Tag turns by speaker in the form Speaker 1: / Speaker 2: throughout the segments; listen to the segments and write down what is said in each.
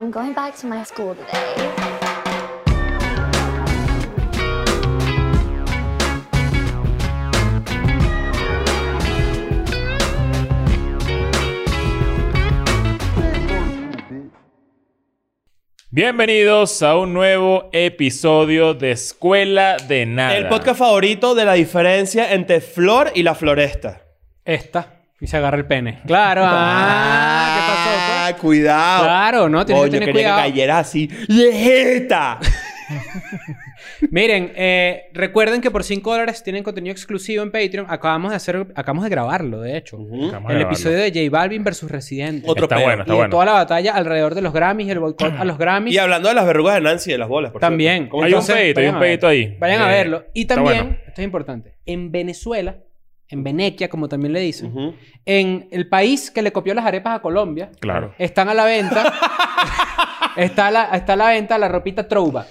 Speaker 1: I'm going back to my school today.
Speaker 2: Bienvenidos a un nuevo episodio de Escuela de Nada.
Speaker 3: El podcast favorito de la diferencia entre flor y la floresta.
Speaker 4: Esta. Y se agarra el pene. Claro. Ah, ¿qué pasó? pues?
Speaker 3: cuidado.
Speaker 4: Claro, ¿no? Tienes
Speaker 3: Coño,
Speaker 4: que tener
Speaker 3: quería
Speaker 4: cuidado.
Speaker 3: que cayera así. ¡Y es esta!
Speaker 4: Miren, eh, recuerden que por 5 dólares tienen contenido exclusivo en Patreon. Acabamos de hacer, acabamos de grabarlo, de hecho.
Speaker 2: Vamos a
Speaker 4: El
Speaker 2: grabarlo.
Speaker 4: episodio de J Balvin versus Residente.
Speaker 3: Otro
Speaker 2: está
Speaker 3: peo.
Speaker 2: bueno,
Speaker 4: y
Speaker 2: está
Speaker 4: de
Speaker 2: bueno.
Speaker 4: toda la batalla alrededor de los Grammys, el boicot a los Grammys.
Speaker 3: Y hablando de las verrugas de Nancy y de las bolas, por
Speaker 4: También.
Speaker 3: cierto. ¿Cómo
Speaker 2: Hay un
Speaker 4: Entonces,
Speaker 2: pedito, hay
Speaker 4: vayan
Speaker 2: un
Speaker 4: a ver.
Speaker 2: pedito ahí.
Speaker 4: Vayan a
Speaker 2: Eh,
Speaker 4: verlo. Y
Speaker 2: está
Speaker 4: también,
Speaker 2: bueno.
Speaker 4: esto es importante, en Venezuela, en Venequia, como también le dicen,
Speaker 3: Ujú.
Speaker 4: en el país que le copió las arepas a Colombia,
Speaker 2: Claro.
Speaker 4: están a la venta. está, a la, está a la venta la ropita throwback.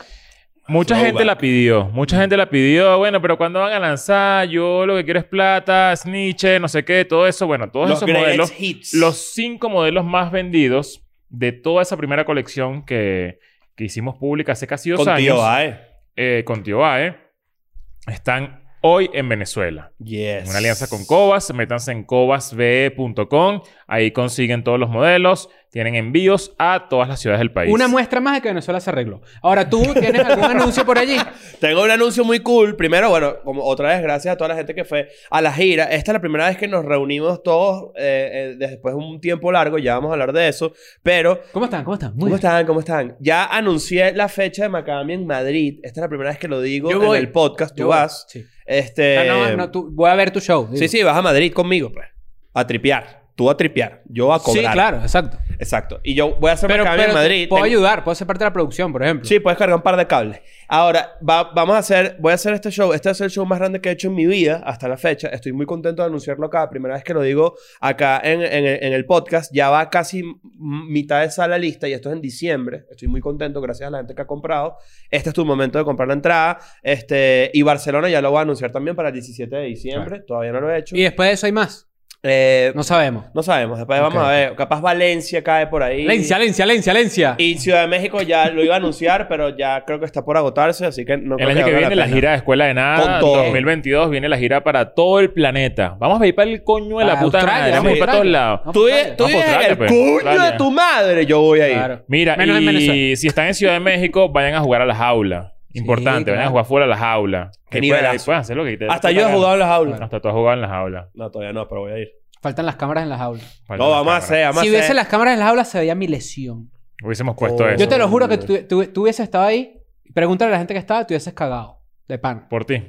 Speaker 2: Mucha
Speaker 3: Throwback.
Speaker 2: gente la pidió. Mucha gente la pidió. Bueno, pero cuando van a lanzar? Yo lo que quiero es plata, Nietzsche, no sé qué, todo eso. Bueno, todos
Speaker 3: Los
Speaker 2: esos
Speaker 3: greatest
Speaker 2: modelos.
Speaker 3: hits.
Speaker 2: Los cinco modelos más vendidos de toda esa primera colección que, que hicimos pública hace casi dos
Speaker 3: Con
Speaker 2: años.
Speaker 3: tío Bae.
Speaker 2: eh, con Tío Bae, Están hoy en Venezuela.
Speaker 3: Yes.
Speaker 2: Una alianza con Cobas. Métanse en cobasbe.com. Ahí consiguen todos los modelos. Tienen envíos a todas las ciudades del país.
Speaker 4: Una muestra más de que Venezuela se arregló. Ahora, ¿tú tienes algún anuncio por allí?
Speaker 3: Tengo un anuncio muy cool. Primero, bueno, como otra vez, gracias a toda la gente que fue a la gira. Esta es la primera vez que nos reunimos todos eh, eh, después de un tiempo largo. Ya vamos a hablar de eso. Pero
Speaker 4: ¿Cómo están? ¿Cómo están? Muy
Speaker 3: ¿Cómo
Speaker 4: bien.
Speaker 3: están? ¿Cómo están? Ya anuncié la fecha de Macadamia en Madrid. Esta es la primera vez que lo digo
Speaker 4: Yo
Speaker 3: en
Speaker 4: voy.
Speaker 3: el podcast. Tú
Speaker 4: Yo-
Speaker 3: vas.
Speaker 4: Sí. Ah,
Speaker 3: Este...
Speaker 4: No, no, no, tú- voy a ver tu show.
Speaker 3: Sí,
Speaker 4: digo.
Speaker 3: sí, vas a Madrid conmigo, pues. A tripear. Tú a tripear. Yo a
Speaker 4: Sí,
Speaker 3: cobrar.
Speaker 4: claro, exacto.
Speaker 3: Exacto. Y yo voy a hacer
Speaker 4: Pero,
Speaker 3: Macadamia
Speaker 4: pero
Speaker 3: en Madrid.
Speaker 4: puedo
Speaker 3: Tengo-
Speaker 4: ayudar, puedo ser parte de la producción, por ejemplo.
Speaker 3: Sí, puedes cargar un par de cables. Ahora, va- vamos a hacer, voy a hacer este show. Este es el show más grande que he hecho en mi vida hasta la fecha. Estoy muy contento de anunciarlo acá. Primera vez que lo digo acá en, en el- en el podcast. Ya va casi m- mitad de sala lista y esto es en diciembre. Estoy muy contento gracias a la gente que ha comprado. Este es tu momento de comprar la entrada. Este, y Barcelona ya lo voy a anunciar también para el 17 de diciembre. Todavía no lo he hecho.
Speaker 4: Y después de eso hay más.
Speaker 3: Eh, no.
Speaker 4: No sabemos.
Speaker 3: sabemos. Después
Speaker 4: Ok.
Speaker 3: vamos a ver. Capaz Valencia cae por ahí.
Speaker 4: Lencia, Lencia, Lencia, Lencia.
Speaker 3: Y Ciudad de México ya lo iba a anunciar, pero ya creo que está por agotarse, así que no creo
Speaker 2: El año que
Speaker 3: valga
Speaker 2: viene la,
Speaker 3: pena.
Speaker 2: gira de Escuela de Nada.
Speaker 3: Con todo.
Speaker 2: 2022 viene la gira para todo el planeta. Vamos a ir para el coño de la
Speaker 4: Para
Speaker 2: puta
Speaker 4: Australia,
Speaker 2: madre. Vamos a ir
Speaker 3: sí.
Speaker 2: para todos lados.
Speaker 4: No,
Speaker 3: Tú,
Speaker 4: Australia.
Speaker 3: vives- tú
Speaker 2: Vamos a
Speaker 3: vives en
Speaker 2: Australia,
Speaker 3: el
Speaker 2: pues.
Speaker 3: cuño
Speaker 2: Australia.
Speaker 3: de tu madre, yo voy ahí.
Speaker 4: Claro.
Speaker 2: Mira,
Speaker 4: Menos en Venezuela.
Speaker 2: y si están en Ciudad de México, vayan a jugar a la jaula. Importante,
Speaker 4: claro.
Speaker 2: vayan a jugar fuera a la jaula.
Speaker 3: Qué
Speaker 2: Que puedes-
Speaker 3: nivelazo.
Speaker 2: puedes hacer lo que te dé
Speaker 3: Hasta
Speaker 2: la
Speaker 3: yo he
Speaker 2: puta
Speaker 3: jugado
Speaker 2: gana.
Speaker 3: en las aulas.
Speaker 2: Hasta tú has jugado en las aulas.
Speaker 3: No, todavía no, pero voy a ir.
Speaker 4: Faltan las cámaras en las aulas.
Speaker 2: Falta
Speaker 3: No,
Speaker 2: la
Speaker 3: vamos a
Speaker 2: cámara.
Speaker 3: hacer, vamos
Speaker 4: Si
Speaker 3: a
Speaker 4: hubiese
Speaker 3: hacer.
Speaker 4: las cámaras en las aulas, se veía mi lesión.
Speaker 2: Hubiésemos puesto
Speaker 3: Oh.
Speaker 2: eso.
Speaker 4: Yo te lo juro que tú, tú- tú hubieses estado ahí. Pregúntale a la gente que estaba, tú hubieses cagado. De pan.
Speaker 2: Por ti.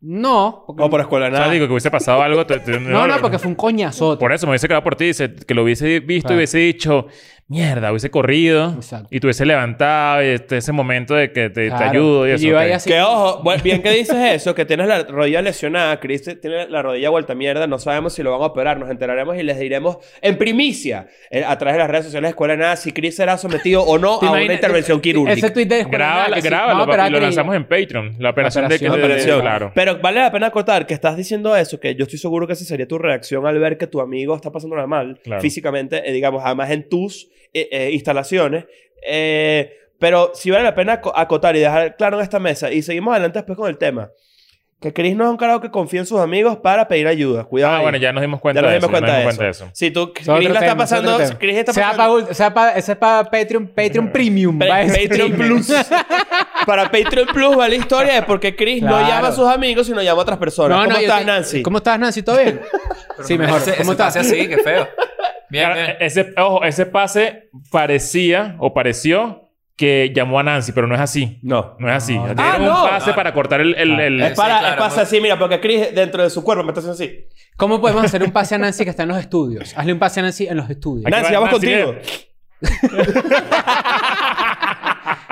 Speaker 4: No, porque-
Speaker 3: No, por escuela
Speaker 2: O sea,
Speaker 3: nada.
Speaker 2: digo que hubiese pasado algo. te- te-
Speaker 4: no, no, porque fue un coñazote.
Speaker 2: Por eso me hubiese quedado por ti. se- Que lo hubiese visto
Speaker 4: Claro.
Speaker 2: y hubiese dicho... Mierda, hubiese corrido.
Speaker 4: Exacto.
Speaker 2: Y te hubiese levantado. Y este- ese momento de que te, te
Speaker 4: Claro.
Speaker 2: ayudo. Y
Speaker 4: Y
Speaker 2: eso.
Speaker 4: yo
Speaker 2: ok.
Speaker 4: ahí así-
Speaker 3: Que ojo, bu- bien que dices eso, que tienes la rodilla lesionada, Chris te- tiene la rodilla vuelta mierda, no sabemos si lo van a operar, nos enteraremos y les diremos en primicia eh, a través de las redes sociales de Escuela de Nada si Chris será sometido o no
Speaker 4: ¿Te
Speaker 3: a una
Speaker 4: imaginas? E-,
Speaker 3: intervención
Speaker 4: Ese
Speaker 3: quirúrgica.
Speaker 4: tweet de Escuela de Nada
Speaker 2: Grábala,
Speaker 4: que sí,
Speaker 2: grábalo,
Speaker 4: vamos a
Speaker 2: papi,
Speaker 4: operar
Speaker 2: lo
Speaker 4: a Chris.
Speaker 2: lanzamos en Patreon. La operación, de que...
Speaker 4: operación.
Speaker 2: de- de-
Speaker 3: Operación.
Speaker 2: Claro.
Speaker 3: Pero vale la pena acotar que estás diciendo eso, que yo estoy seguro que esa sería tu reacción al ver que tu amigo está pasándola mal
Speaker 2: Claro.
Speaker 3: físicamente, eh, digamos, además en tus eh, eh, instalaciones. Eh, pero sí vale la pena aco- acotar y dejar claro en esta mesa. Y seguimos adelante después con el tema. Que Chris no es un carajo que confía en sus amigos para pedir ayuda. Cuidado.
Speaker 2: Ah,
Speaker 3: ahí.
Speaker 2: bueno, ya nos dimos cuenta
Speaker 3: Ya nos
Speaker 2: de
Speaker 3: dimos
Speaker 2: eso.
Speaker 3: cuenta
Speaker 2: ya
Speaker 3: de
Speaker 2: nos dimos cuenta
Speaker 3: eso.
Speaker 2: de eso.
Speaker 3: Si tú, Chris
Speaker 4: Eso es otro
Speaker 3: la está
Speaker 4: tema, eso es
Speaker 3: pasando,
Speaker 4: otro tema.
Speaker 3: Chris está
Speaker 4: Sea
Speaker 3: pasando.
Speaker 4: pa- sea pa- Ese es para Patreon, Patreon Premium.
Speaker 3: Pre-
Speaker 4: va a decir.
Speaker 3: Patreon Plus. Para Patreon Plus va la historia de por qué Chris no
Speaker 4: Claro.
Speaker 3: llama a sus amigos, sino llama a otras personas.
Speaker 4: No, no,
Speaker 3: ¿Cómo
Speaker 4: yo
Speaker 3: estás,
Speaker 4: te-
Speaker 3: Nancy?
Speaker 4: ¿Cómo estás, Nancy? ¿Todo bien? sí, mejor.
Speaker 5: Ese-
Speaker 4: ¿Cómo
Speaker 5: ese
Speaker 4: estás?
Speaker 5: pase así, qué feo. Bien,
Speaker 2: Claro,
Speaker 5: bien.
Speaker 2: ese, ojo, ese pase parecía o pareció que llamó a Nancy, pero no es así.
Speaker 3: No.
Speaker 2: No es así.
Speaker 4: No, no.
Speaker 2: Tiene
Speaker 3: Ah,
Speaker 2: un
Speaker 3: no. Ah.
Speaker 2: pase para cortar el... el- el-
Speaker 3: Es
Speaker 5: Sí,
Speaker 3: para,
Speaker 5: claro,
Speaker 3: es pasa
Speaker 5: muy-
Speaker 3: así, mira, porque Chris dentro de su cuerpo me está haciendo así.
Speaker 4: ¿Cómo podemos hacer un pase a Nancy que está en los estudios? Hazle un pase a Nancy en los estudios.
Speaker 2: Aquí
Speaker 3: Nancy,
Speaker 2: va
Speaker 3: vamos
Speaker 2: Nancy,
Speaker 3: contigo.
Speaker 2: mira.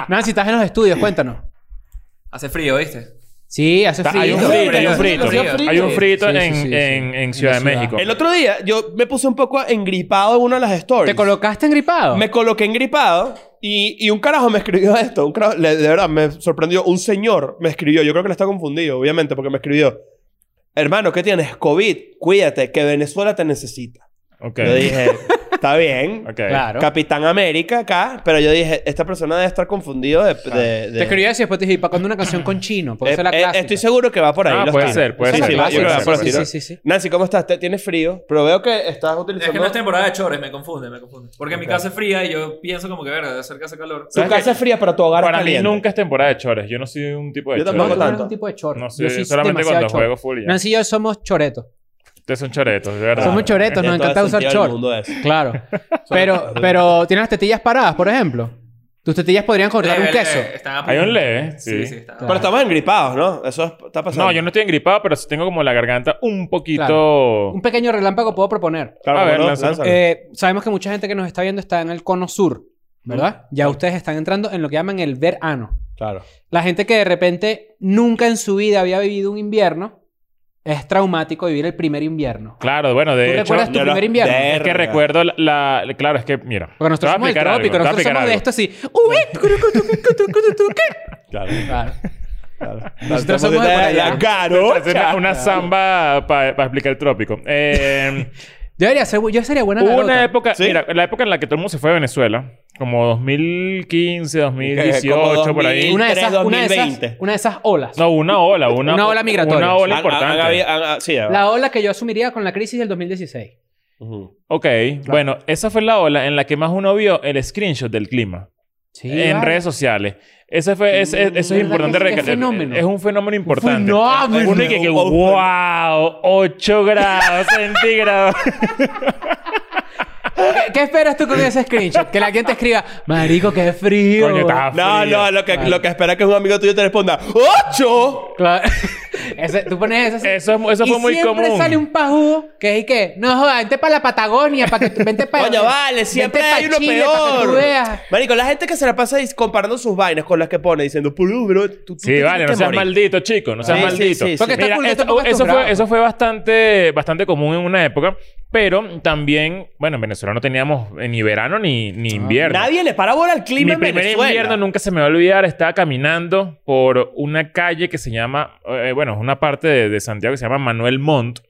Speaker 4: Nancy, estás en los estudios, cuéntanos.
Speaker 5: Hace frío, ¿viste?
Speaker 4: Sí, hace
Speaker 2: Está-
Speaker 4: frío.
Speaker 2: hay un frito, hay un frito.
Speaker 5: Frío.
Speaker 2: Hay un frito
Speaker 4: Sí, sí,
Speaker 2: en,
Speaker 4: sí, sí.
Speaker 2: en- en
Speaker 4: En
Speaker 2: Ciudad de
Speaker 4: la ciudad.
Speaker 2: México.
Speaker 3: El otro día yo me puse un poco engripado en una de las stories.
Speaker 4: ¿Te colocaste engripado?
Speaker 3: Me coloqué engripado y, y un carajo me escribió esto. Un carajo- le- de verdad, me sorprendió. Un señor me escribió. Yo creo que le está confundido, obviamente, porque me escribió. Hermano, ¿qué tienes? COVID. Cuídate, que Venezuela te necesita.
Speaker 2: Ok.
Speaker 3: Yo dije, Está bien.
Speaker 2: Ok.
Speaker 4: Claro.
Speaker 3: Capitán América acá, pero yo dije, esta persona debe estar confundido de... de- de-
Speaker 4: Te escribí así, después te dije, ¿para cuándo una canción con chino? Porque
Speaker 3: Eh,
Speaker 4: esa es la
Speaker 3: eh,
Speaker 4: clásica.
Speaker 3: estoy seguro que va por ahí.
Speaker 2: Ah,
Speaker 3: los
Speaker 2: puede
Speaker 3: tiros.
Speaker 2: ser, puede
Speaker 3: Sí,
Speaker 4: ser,
Speaker 3: Pues sí,
Speaker 4: puede
Speaker 3: va- yo creo que va
Speaker 4: ser,
Speaker 3: por
Speaker 4: puede
Speaker 3: así,
Speaker 4: ser.
Speaker 3: ¿no?
Speaker 4: Sí, sí, sí.
Speaker 3: Nancy, ¿cómo estás? Te- ¿Tienes frío? Pero veo que estás
Speaker 5: Es que no
Speaker 3: utilizando...
Speaker 5: es temporada de chores, me confunde, me confunde. Porque mi
Speaker 3: Ok.
Speaker 5: casa es fría y yo pienso como que, verga, de cerca hace calor.
Speaker 3: Tu
Speaker 2: ¿Sabes
Speaker 3: casa
Speaker 2: qué?
Speaker 3: es fría, pero tu hogar es
Speaker 2: Para mí
Speaker 3: caliente.
Speaker 2: nunca es temporada de chores. Yo no soy un tipo de
Speaker 3: Yo
Speaker 4: No,
Speaker 3: tampoco
Speaker 4: tú
Speaker 2: chores.
Speaker 4: no eres
Speaker 3: tanto.
Speaker 4: un tipo de chor.
Speaker 2: No
Speaker 4: Yo
Speaker 2: sé,
Speaker 4: sí
Speaker 2: solamente
Speaker 4: demasiado
Speaker 2: cuando
Speaker 4: chor.
Speaker 2: juego full y ya.
Speaker 4: Nancy y yo somos choretos.
Speaker 2: Ustedes son choretos, de verdad.
Speaker 4: Somos choretos.
Speaker 3: En
Speaker 4: nos
Speaker 3: todo
Speaker 4: encanta
Speaker 3: el
Speaker 4: usar
Speaker 3: sentido del
Speaker 4: short.
Speaker 3: mundo de eso.
Speaker 4: Claro. pero, pero tienes las tetillas paradas, por ejemplo. Tus tetillas podrían cortar un
Speaker 5: Leve,
Speaker 4: queso.
Speaker 5: leve, están a
Speaker 2: Hay un
Speaker 5: punto.
Speaker 2: leve, sí.
Speaker 5: Sí, sí, está.
Speaker 3: Pero estamos engripados, ¿no? Eso es- está pasando.
Speaker 2: No, yo no estoy engripado, pero sí tengo como la garganta un poquito.
Speaker 4: Un pequeño relámpago puedo proponer.
Speaker 3: Claro,
Speaker 2: A ver,
Speaker 3: bueno,
Speaker 2: lánzalo.
Speaker 3: lánzalo.
Speaker 4: Eh, sabemos que mucha gente que nos está viendo está en el cono sur, ¿verdad? Ya ustedes están entrando en lo que llaman el verano.
Speaker 3: Claro.
Speaker 4: La gente que de repente nunca en su vida había vivido un invierno, es traumático vivir el primer invierno.
Speaker 2: Claro, bueno, de
Speaker 4: ¿Tú
Speaker 2: hecho.
Speaker 4: recuerdas tu
Speaker 3: yo lo-
Speaker 4: primer invierno?
Speaker 3: de-
Speaker 2: Es que
Speaker 3: Verga.
Speaker 2: recuerdo la, la- Claro, es que, mira.
Speaker 4: Porque
Speaker 2: te voy
Speaker 4: nosotros
Speaker 2: a
Speaker 4: somos del
Speaker 2: explicar algo,
Speaker 4: trópico,
Speaker 2: te voy a
Speaker 4: nosotros
Speaker 2: explicar
Speaker 4: somos de
Speaker 2: algo.
Speaker 4: esto así. "Uy, tucurucu, tucurucu, tucurucu, tucu".
Speaker 3: Claro.
Speaker 4: Claro.
Speaker 3: claro.
Speaker 4: Nosotros somos de por
Speaker 3: la,
Speaker 4: allá.
Speaker 3: la garo.
Speaker 2: Hacer una, una samba para explicar el trópico. Eh,
Speaker 4: Debería ser, yo sería buena
Speaker 2: hubo
Speaker 4: garota.
Speaker 2: una época,
Speaker 3: Sí.
Speaker 2: mira, la época en la que todo el mundo se fue a Venezuela, como 2015, 2018, por ahí.
Speaker 3: 2000.
Speaker 4: una de esas, una de
Speaker 3: 2020.
Speaker 4: esas, una de esas olas.
Speaker 2: No, una ola, una,
Speaker 4: Una ola migratoria.
Speaker 2: Una ola
Speaker 3: Han- han-
Speaker 2: importante.
Speaker 3: han habido- han- han- sí, ya va.
Speaker 4: La ola que yo asumiría con la crisis del 2016.
Speaker 3: Ujú.
Speaker 2: Ok, bueno, esa fue la ola en la que más uno vio el screenshot del clima.
Speaker 4: Sí,
Speaker 2: en
Speaker 4: vale.
Speaker 2: redes sociales. Eso, fue, es- es- eso es
Speaker 4: ¿verdad
Speaker 2: importante
Speaker 4: que sí? ¿Qué
Speaker 2: recalcar.
Speaker 4: Mm, fenómeno?
Speaker 2: Es un fenómeno importante.
Speaker 4: fenómeno.
Speaker 2: Uno y que, que, wow, 8 grados centígrados.
Speaker 4: ¿Qué, qué esperas tú con ese screenshot? Que la gente escriba, marico, qué frío.
Speaker 2: Coño, estaba
Speaker 3: No,
Speaker 2: frío.
Speaker 3: no, lo que,
Speaker 4: Vale.
Speaker 3: lo que espera que un amigo tuyo te responda ¡Ocho!
Speaker 4: Claro. Ese- tú pones eso. así.
Speaker 2: Eso es- eso
Speaker 4: Y
Speaker 2: fue muy
Speaker 4: Siempre
Speaker 2: común.
Speaker 4: sale un pajú que es y que, no joda, vente para la Patagonia, para que tú- vente para.
Speaker 3: Coño, vale, siempre hay uno
Speaker 4: Para que tú
Speaker 3: peor.
Speaker 4: veas.
Speaker 3: Marico, la gente que se la pasa dis- comparando sus vainas con las que pone, diciendo, "Pulú, bro, tú, tú
Speaker 2: Sí, vale,
Speaker 3: te
Speaker 2: no
Speaker 3: tienes que
Speaker 2: seas
Speaker 3: morir".
Speaker 2: maldito, chico, no seas
Speaker 3: Sí, sí,
Speaker 2: maldito.
Speaker 3: sí, sí.
Speaker 4: Porque está
Speaker 2: Mira,
Speaker 4: cool,
Speaker 2: esto-
Speaker 4: tampoco
Speaker 2: eso,
Speaker 4: acostumbrado.
Speaker 2: fue, eso fue bastante, bastante común en una época, pero también, bueno, en Venezuela no teníamos eh, ni verano ni, ni invierno.
Speaker 3: Nadie le para bola al clima
Speaker 2: Mi
Speaker 3: en
Speaker 2: primer
Speaker 3: Venezuela.
Speaker 2: invierno nunca se me va a olvidar. Estaba caminando por una calle que se llama, eh, bueno, es una parte de, de Santiago que se llama Manuel Montt.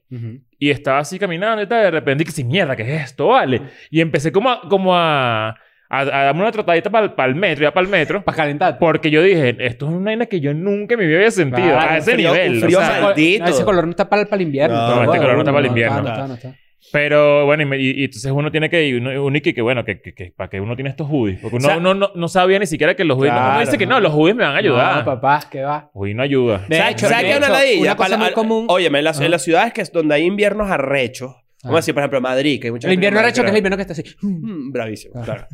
Speaker 2: Y estaba así caminando y tal. De repente, que sí, mierda, ¿qué es esto? Vale. Y empecé como a, como a, a- a darme una tratadita para el metro, ya para el metro.
Speaker 4: Para calentar. pues.
Speaker 2: Porque yo dije, esto es una vaina que yo nunca en mi vida había sentido.
Speaker 4: Claro,
Speaker 2: a ese
Speaker 3: un frío-
Speaker 2: nivel.
Speaker 3: un frío
Speaker 2: o sea,
Speaker 3: mal- maldito.
Speaker 4: Ese color no está para el, para el invierno.
Speaker 3: No,
Speaker 2: este color no está para el invierno.
Speaker 4: está, no está.
Speaker 2: pero bueno, y, me- y- y entonces uno tiene que, y uno, uno y que, que bueno, que, que, que- para que uno tiene estos hoodies. Porque uno,
Speaker 3: O sea-
Speaker 2: uno no, no sabía ni siquiera que los hoodies.
Speaker 3: Claro,
Speaker 2: uno dice que no,
Speaker 3: no.
Speaker 2: los hoodies me van a ayudar.
Speaker 4: No, papá, que va.
Speaker 2: Hoy no ayuda.
Speaker 4: De
Speaker 3: ¿Sabes
Speaker 4: hecho,
Speaker 3: ¿sabes
Speaker 4: de
Speaker 3: qué es una
Speaker 4: hecho,
Speaker 3: ladilla?
Speaker 4: una cosa
Speaker 3: Para-
Speaker 4: muy
Speaker 3: al-
Speaker 4: común-
Speaker 3: Óyeme, en las,
Speaker 4: Ah.
Speaker 3: en las ciudades que es donde hay inviernos arrechos, vamos
Speaker 4: Ah.
Speaker 3: a decir, por ejemplo, Madrid, que hay mucha
Speaker 4: El
Speaker 3: gente
Speaker 4: invierno
Speaker 3: que-
Speaker 4: hecho que es el Ah. invierno que está así.
Speaker 3: Mm, bravísimo, claro.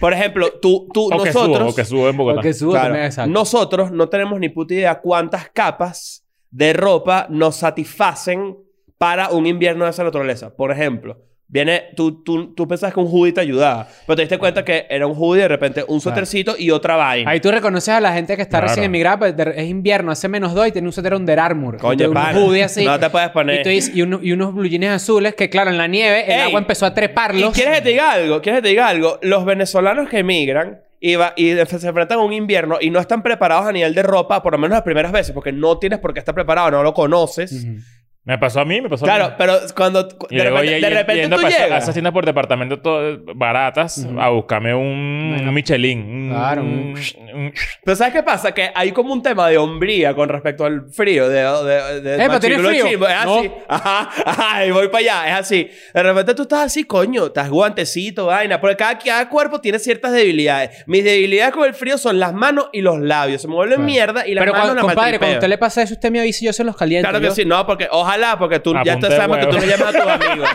Speaker 3: Por ejemplo, tú, tú
Speaker 2: O que subo,
Speaker 3: nosotros...
Speaker 2: o que subo en Bogotá.
Speaker 4: Porque subo
Speaker 3: Claro.
Speaker 4: también, exacto.
Speaker 3: Nosotros no tenemos ni puta idea cuántas capas de ropa nos satisfacen para un invierno de esa naturaleza. Por ejemplo, viene, tú, tú, tú pensabas que un hoodie te ayudaba, pero te diste cuenta que era un hoodie de repente un suétercito y otra vaina.
Speaker 4: Ahí tú reconoces a la gente que está
Speaker 2: Claro.
Speaker 4: recién emigrada, pues, de- es invierno, hace menos dos y tiene un suéter Under Armour.
Speaker 3: Coño,
Speaker 4: de un
Speaker 3: pana,
Speaker 4: hoodie así.
Speaker 3: no te puedes poner.
Speaker 4: Y, tú dices- y uno- y unos blue jeans azules que, claro, en la nieve el
Speaker 3: Ey,
Speaker 4: agua empezó a
Speaker 3: ¿Y
Speaker 4: treparlos.
Speaker 3: quieres que te diga algo? ¿Quieres que te diga algo? Los venezolanos que emigran y, va- y de- se enfrentan a un invierno y no están preparados a nivel de ropa, por lo menos las primeras veces, porque no tienes por qué estar preparado, no lo conoces.
Speaker 4: Ujú.
Speaker 2: Me pasó a mí, me pasó a
Speaker 3: Claro,
Speaker 2: mí.
Speaker 3: pero cuando...
Speaker 2: Y
Speaker 3: de
Speaker 2: luego
Speaker 3: repente,
Speaker 2: ye-
Speaker 3: de
Speaker 2: ye-
Speaker 3: repente
Speaker 2: yendo
Speaker 3: tú
Speaker 2: pa-
Speaker 3: llegas...
Speaker 2: a esas tiendas por departamento todo- baratas a buscarme un, un Michelin. un-
Speaker 4: Claro,
Speaker 2: un- un-
Speaker 3: Pero ¿sabes qué pasa? Que hay como un tema de hombría con respecto al frío. De, de, de-
Speaker 4: Eh, pero tienes
Speaker 3: machirulo
Speaker 4: frío.
Speaker 3: chimbo. Es
Speaker 4: No.
Speaker 3: así. Ajá, ajá, y voy para allá. Es así. De repente tú estás así, coño. Estás guantecito, vaina. Porque cada, cada cuerpo tiene ciertas debilidades. Mis debilidades con el frío son las manos y los labios. Se me vuelven mierda y las
Speaker 4: Pero,
Speaker 3: manos
Speaker 4: cuando,
Speaker 3: las
Speaker 4: compadre, cuando
Speaker 3: maltripeo.
Speaker 4: usted le pasa eso, usted me avisa y yo se los caliento.
Speaker 3: Claro que
Speaker 4: yo-
Speaker 3: sí. No, porque... Ojalá, porque tú ya
Speaker 2: Apunté
Speaker 3: te sabes que tú
Speaker 2: huevo.
Speaker 3: le llamas a tus amigos.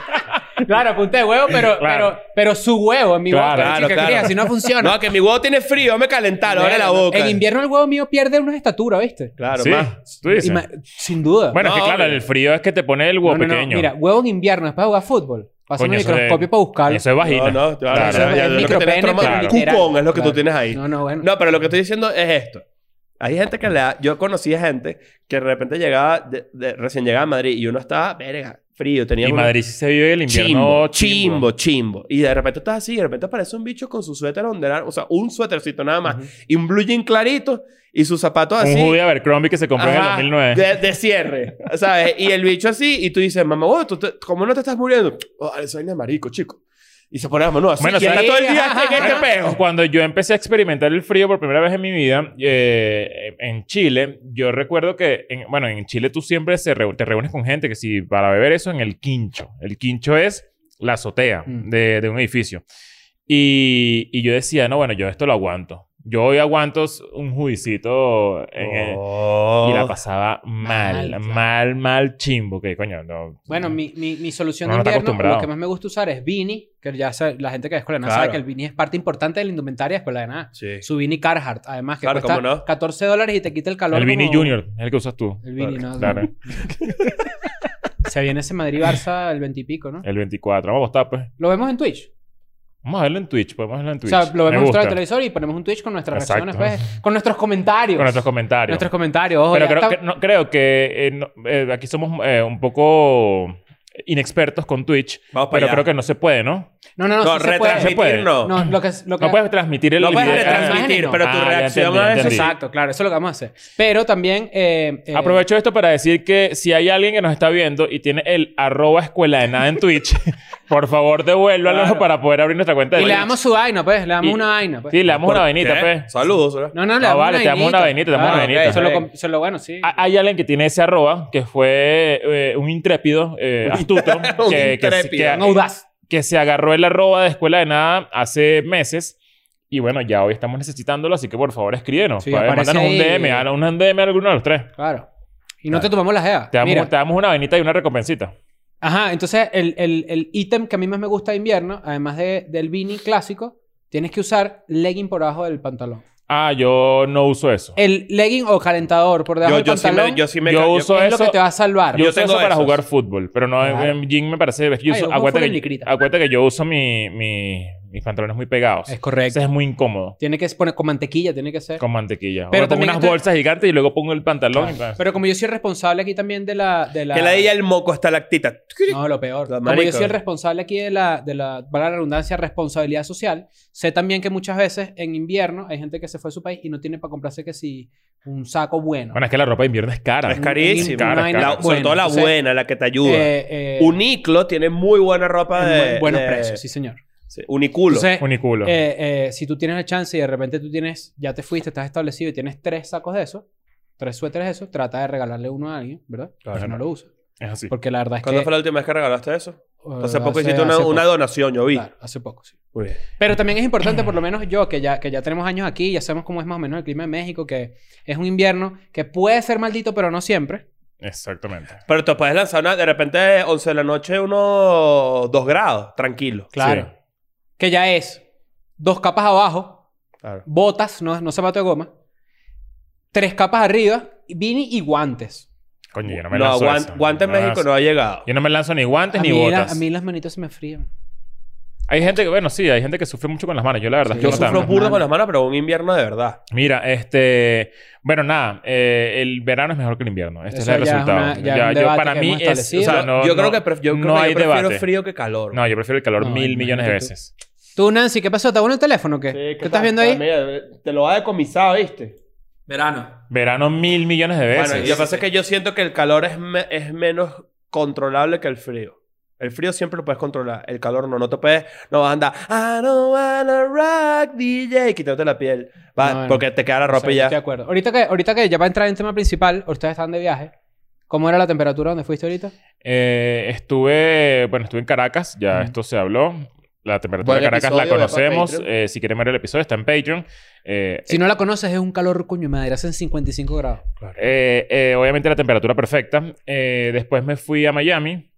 Speaker 4: Claro, apunté de huevo, pero,
Speaker 2: Claro.
Speaker 4: pero, pero su huevo en mi
Speaker 2: Claro,
Speaker 4: boca.
Speaker 2: claro,
Speaker 4: chica
Speaker 3: claro.
Speaker 4: cría, si no funciona.
Speaker 3: No, que mi huevo tiene frío. Me calentaron. Ahora la
Speaker 4: Verga,
Speaker 3: boca.
Speaker 4: En invierno el huevo mío pierde una estatura, ¿viste?
Speaker 3: Claro,
Speaker 2: sí,
Speaker 3: más.
Speaker 2: tú dices.
Speaker 4: Ima- Sin duda.
Speaker 2: Bueno, es
Speaker 3: No,
Speaker 2: que claro,
Speaker 3: obvio.
Speaker 2: el frío es que te pone el
Speaker 4: No,
Speaker 2: huevo
Speaker 4: no, no,
Speaker 2: pequeño.
Speaker 4: Mira, huevo en invierno es para jugar fútbol. Pasa un
Speaker 2: Coño, eso de-
Speaker 4: microscopio para buscarlo.
Speaker 2: Eso es vagina.
Speaker 3: No, no, claro.
Speaker 2: Claro.
Speaker 3: o sea,
Speaker 4: Eso
Speaker 3: ya lo que
Speaker 4: es
Speaker 3: tenés
Speaker 4: micropene,
Speaker 3: trauma-
Speaker 2: pero
Speaker 3: Cupón
Speaker 4: literal.
Speaker 3: es lo que
Speaker 4: Claro.
Speaker 3: tú tienes ahí.
Speaker 4: No, no, bueno.
Speaker 3: No, pero lo que estoy diciendo es esto. Hay gente que le da... Yo conocí a gente que de repente llegaba... de- de- recién llegaba a Madrid y uno estaba... Verga, frío. Tenía
Speaker 2: Y
Speaker 3: una-
Speaker 2: Madrid sí se vive el invierno
Speaker 3: Chimbo, chimbo, chimbo. Y de repente estás así. Y de repente aparece un bicho con su suéter honderar. O sea, un suétercito nada más. Y un blue jean clarito. Y sus zapatos así.
Speaker 2: Un hoodie Abercrombie que se compró en el
Speaker 3: Ah, Ajá,
Speaker 2: 2009.
Speaker 3: De, de cierre, ¿sabes? Y el bicho así, y tú dices, mamá, vos, tú te- ¿cómo no te estás muriendo? Oh, eso es de marico, chico. Y se pone las manos así.
Speaker 2: Bueno,
Speaker 3: y está
Speaker 2: ¿sabes?
Speaker 3: todo el día en este peo.
Speaker 2: Cuando yo empecé a experimentar el frío por primera vez en mi vida, eh, en Chile, yo recuerdo que, en- bueno, en Chile tú siempre se reu- te reúnes con gente que si para beber eso en el quincho. El quincho es la azotea
Speaker 4: Mm.
Speaker 2: de, de un edificio. Y, y yo decía, no, bueno, yo esto lo aguanto. Yo hoy aguanto s- un juicito en el-
Speaker 3: Oh.
Speaker 2: Eh, Y la pasaba mal,
Speaker 4: Mal,
Speaker 2: mal,
Speaker 4: claro.
Speaker 2: mal, chimbo. Que coño, no.
Speaker 4: Bueno, mi, mi, mi solución
Speaker 2: Uno
Speaker 4: de
Speaker 2: no está
Speaker 4: invierno,
Speaker 2: acostumbrado.
Speaker 4: lo que más me gusta usar es beanie, que ya sa- la gente que es escuela de nada
Speaker 3: Claro.
Speaker 4: sabe que el beanie es parte importante de la indumentaria de escuela de nada.
Speaker 3: Sí.
Speaker 4: Su beanie Carhartt, además, que
Speaker 3: Claro,
Speaker 4: cuesta
Speaker 3: cómo no.
Speaker 4: 14 dólares y te quita el calor.
Speaker 2: El Vini
Speaker 4: como-
Speaker 2: Junior, es el que usas tú.
Speaker 4: El beanie, ¿no?
Speaker 2: Claro.
Speaker 4: Se viene ese Madrid-Barça el 20 y pico, ¿no?
Speaker 2: El 24. Vamos a votar, pues.
Speaker 4: Lo vemos en Twitch.
Speaker 2: Vamos a verlo en Twitch. Podemos verlo en Twitch.
Speaker 4: O sea, lo
Speaker 2: Me
Speaker 4: vemos en el
Speaker 2: gusta.
Speaker 4: televisor y ponemos un Twitch con nuestras
Speaker 2: Exacto.
Speaker 4: reacciones, pues, con nuestros comentarios.
Speaker 2: Con nuestros comentarios.
Speaker 4: Nuestros comentarios. Ojo,
Speaker 2: Pero
Speaker 4: ya
Speaker 2: creo
Speaker 4: está-
Speaker 2: que, no, creo que eh, no- eh, aquí somos eh, un poco inexpertos con Twitch.
Speaker 3: Vamos para
Speaker 2: Pero
Speaker 3: allá.
Speaker 2: creo que no se puede, ¿no?
Speaker 4: No, no,
Speaker 3: No,
Speaker 4: no, sí se puede.
Speaker 2: retransmit-
Speaker 3: retransmitir
Speaker 2: Se puede.
Speaker 3: no.
Speaker 4: No, lo que, lo que...
Speaker 2: No puedes transmitir el
Speaker 3: Lo puedes
Speaker 2: video. Ah,
Speaker 3: retransmitir,
Speaker 4: Ah,
Speaker 3: pero tu
Speaker 2: ya
Speaker 3: reacción
Speaker 2: entendí, ya
Speaker 3: a eso
Speaker 2: entendí.
Speaker 3: sí.
Speaker 4: Exacto, claro, eso es lo que vamos a hacer. Pero también. eh, eh,
Speaker 2: Aprovecho esto para decir que si hay alguien que nos está viendo y tiene el arroba escuela de nada en Twitch, por favor devuélvalo
Speaker 4: Claro.
Speaker 2: para poder abrir nuestra cuenta de
Speaker 4: Y le
Speaker 2: Twitch.
Speaker 4: damos su vaina, pues. Le damos
Speaker 2: Y-
Speaker 4: una vaina, pues.
Speaker 2: Sí, le damos una
Speaker 3: ¿Por
Speaker 2: vainita,
Speaker 3: qué?
Speaker 2: pues.
Speaker 3: Saludos, ¿verdad?
Speaker 4: No, no, le
Speaker 2: Ah,
Speaker 4: damos
Speaker 2: vale, te
Speaker 4: una
Speaker 2: damos una vainita, te damos
Speaker 4: Claro,
Speaker 2: una vainita. Ah,
Speaker 4: Eso es lo,
Speaker 3: Ok.
Speaker 4: com- eso es lo bueno, sí.
Speaker 2: Ha- Hay alguien que tiene ese arroba, que fue eh, un intrépido, eh, astuto,
Speaker 3: Un
Speaker 2: que, que-
Speaker 3: intrépido.
Speaker 2: que-
Speaker 4: Un audaz.
Speaker 2: que se agarró el arroba de Escuela de Nada hace meses. Y bueno, ya hoy estamos necesitándolo, así que por favor escríbenos.
Speaker 4: Sí,
Speaker 2: Pa-
Speaker 4: aparece
Speaker 2: mándanos un
Speaker 4: ahí.
Speaker 2: DM, a un DM a alguno de los tres.
Speaker 4: Claro. Y no te tomamos las EA.
Speaker 2: Te damos,
Speaker 4: Mira.
Speaker 2: te damos una vainita y una recompensita.
Speaker 4: Ajá, entonces el, el, el ítem que a mí más me gusta de invierno, además de, del beanie clásico, tienes que usar legging por abajo del pantalón.
Speaker 2: Ah, yo no uso eso.
Speaker 4: El legging o calentador por debajo
Speaker 3: Yo,
Speaker 4: del
Speaker 3: yo sí
Speaker 4: pantalón
Speaker 3: me, yo sí me
Speaker 2: Yo
Speaker 3: ca-
Speaker 2: uso
Speaker 4: es lo
Speaker 2: eso-
Speaker 4: que te va a salvar.
Speaker 2: Yo
Speaker 3: Yo
Speaker 2: uso
Speaker 3: tengo
Speaker 2: eso para
Speaker 3: esos.
Speaker 2: jugar fútbol, pero no en-
Speaker 4: Claro.
Speaker 2: en gym me parece. es que yo
Speaker 4: Ah,
Speaker 2: uso-
Speaker 4: yo juego
Speaker 2: acuérdate,
Speaker 4: fútbol en
Speaker 2: que,
Speaker 4: licrita.
Speaker 2: acuérdate que yo uso mi, mi- mis pantalones muy pegados.
Speaker 4: Es correcto.
Speaker 2: Entonces es muy incómodo.
Speaker 4: Tiene que poner con mantequilla, tiene que ser.
Speaker 2: Con mantequilla.
Speaker 4: Pero
Speaker 2: Pero pongo
Speaker 4: también
Speaker 2: unas
Speaker 4: esto-
Speaker 2: bolsas gigantes y luego pongo el pantalón. y pa-
Speaker 4: Pero como yo soy el responsable aquí también de la... De la
Speaker 3: Que le diga el moco hasta la actita.
Speaker 4: No, lo peor.
Speaker 3: Los
Speaker 4: Como yo
Speaker 3: maricos.
Speaker 4: soy el responsable aquí de la, de la, valga la redundancia, responsabilidad social, sé también que muchas veces en invierno hay gente que se fue a su país y no tiene para comprarse que si un saco bueno.
Speaker 2: pues, Bueno, es que la ropa de invierno es cara.
Speaker 3: Es carísima.
Speaker 2: Cara,
Speaker 3: La-
Speaker 2: cara.
Speaker 3: sobre todo la
Speaker 4: Entonces,
Speaker 3: buena, la que te ayuda.
Speaker 4: Eh, eh,
Speaker 3: Uniclo tiene muy buena ropa
Speaker 4: en
Speaker 3: de...
Speaker 4: buen- buenos
Speaker 3: de-
Speaker 4: precios, sí señor.
Speaker 3: sí, Uniculo.
Speaker 4: Entonces,
Speaker 2: Uniculo.
Speaker 4: eh, eh, si tú tienes la chance y de repente tú tienes, ya te fuiste, estás establecido y tienes tres sacos de eso, tres suéteres de eso, trata de regalarle uno a alguien, ¿verdad?
Speaker 2: Claro.
Speaker 4: Si no lo usa.
Speaker 2: es así.
Speaker 4: Porque la verdad es
Speaker 3: ¿Cuándo
Speaker 4: que...
Speaker 3: fue la última vez que regalaste eso?
Speaker 4: eh,
Speaker 3: Hace poco
Speaker 4: hace-
Speaker 3: hiciste una,
Speaker 4: eh, hace
Speaker 3: una
Speaker 4: poco.
Speaker 3: donación, yo vi.
Speaker 4: Claro, hace poco, sí.
Speaker 3: Muy bien.
Speaker 4: Pero también es importante, por lo menos yo, que ya, que ya tenemos años aquí y ya sabemos cómo es más o menos el clima de México, que es un invierno que puede ser maldito, pero no siempre.
Speaker 2: Exactamente.
Speaker 3: Pero te puedes lanzar una, de repente 11 de la noche unos 2 grados, tranquilo.
Speaker 4: Claro.
Speaker 2: Sí.
Speaker 4: Que ya es dos capas abajo,
Speaker 3: Claro.
Speaker 4: botas, no, no zapato de goma, tres capas arriba, beanie y guantes.
Speaker 2: Coño, yo no me
Speaker 3: No,
Speaker 2: lanzo.
Speaker 3: guan-
Speaker 2: eso.
Speaker 3: guante en
Speaker 2: No me
Speaker 3: México
Speaker 2: lanzo-
Speaker 3: no ha llegado.
Speaker 2: Yo no me lanzo ni
Speaker 4: a,
Speaker 2: guantes ni
Speaker 4: mí la-
Speaker 2: botas.
Speaker 4: a mí las manitas se me frían.
Speaker 2: Hay gente que, bueno, sí, hay gente que sufre mucho con las manos. Yo la verdad
Speaker 4: Sí,
Speaker 2: es que
Speaker 3: Yo
Speaker 2: no
Speaker 3: sufro
Speaker 2: tanto.
Speaker 3: burdo con las manos, pero un invierno de verdad.
Speaker 2: Mira, este. Bueno, nada. eh, el verano es mejor que el invierno. Este
Speaker 4: Eso
Speaker 2: es el
Speaker 4: ya es
Speaker 2: resultado.
Speaker 4: una- ya es un
Speaker 2: yo-
Speaker 4: debate
Speaker 2: para
Speaker 4: que
Speaker 2: mí
Speaker 4: hemos
Speaker 2: es. O sea,
Speaker 4: establecido.
Speaker 2: no,
Speaker 3: yo creo
Speaker 2: no-
Speaker 3: que, pref- yo creo
Speaker 2: no
Speaker 3: que yo
Speaker 2: hay
Speaker 3: prefiero
Speaker 2: debate.
Speaker 3: frío que calor.
Speaker 2: No, yo prefiero el calor
Speaker 4: No,
Speaker 2: mil
Speaker 4: imagínate
Speaker 2: millones de
Speaker 4: tú.
Speaker 2: veces.
Speaker 4: Tú, Nancy, ¿qué pasó? ¿Está bueno el teléfono o qué? ¿Qué, estás viendo ahí?
Speaker 3: te lo ha decomisado, ¿viste?
Speaker 5: Verano.
Speaker 2: Verano mil millones de veces.
Speaker 3: Bueno, lo que pasa es que yo siento que el calor es, me- es menos controlable que el frío. El frío siempre lo puedes controlar. El calor no, no te puedes. No vas a andar. I don't wanna rock DJ. Quitándote la piel. Va,
Speaker 4: No, no.
Speaker 3: Porque te queda la
Speaker 4: O sea,
Speaker 3: ropa y
Speaker 4: Estoy de
Speaker 3: ya.
Speaker 4: acuerdo. Ahorita que, ahorita que ya va a entrar en tema principal, ustedes están de viaje. ¿Cómo era la temperatura donde fuiste ahorita?
Speaker 2: Eh, estuve, bueno, estuve en Caracas, ya
Speaker 4: Ujú.
Speaker 2: esto se habló. La temperatura
Speaker 3: Buen
Speaker 2: de Caracas la
Speaker 3: episodio de
Speaker 2: conocemos.
Speaker 3: Patreon.
Speaker 2: Eh, si quieren ver el episodio, está en Patreon. Eh,
Speaker 4: Si no la conoces, es un calor coño de madre, hacen 55 grados.
Speaker 2: eh, eh, obviamente la temperatura perfecta. Eh, después me fui a Miami.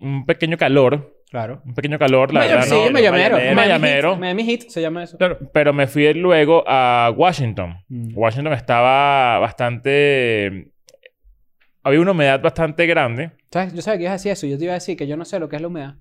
Speaker 2: Un pequeño calor.
Speaker 4: Claro.
Speaker 2: Un pequeño calor, la
Speaker 4: Miami,
Speaker 2: verdad.
Speaker 4: sí,
Speaker 2: no-
Speaker 4: Mayamero.
Speaker 2: Miami- Miami-
Speaker 4: Heat, Miami Heat se llama eso.
Speaker 2: Claro, Pero me fui luego a Washington.
Speaker 4: Mm.
Speaker 2: Washington estaba bastante... Había una humedad bastante grande.
Speaker 4: ¿Sabes? Yo sabía que ibas a decir eso. Yo te iba a decir que yo no sé lo que es la humedad.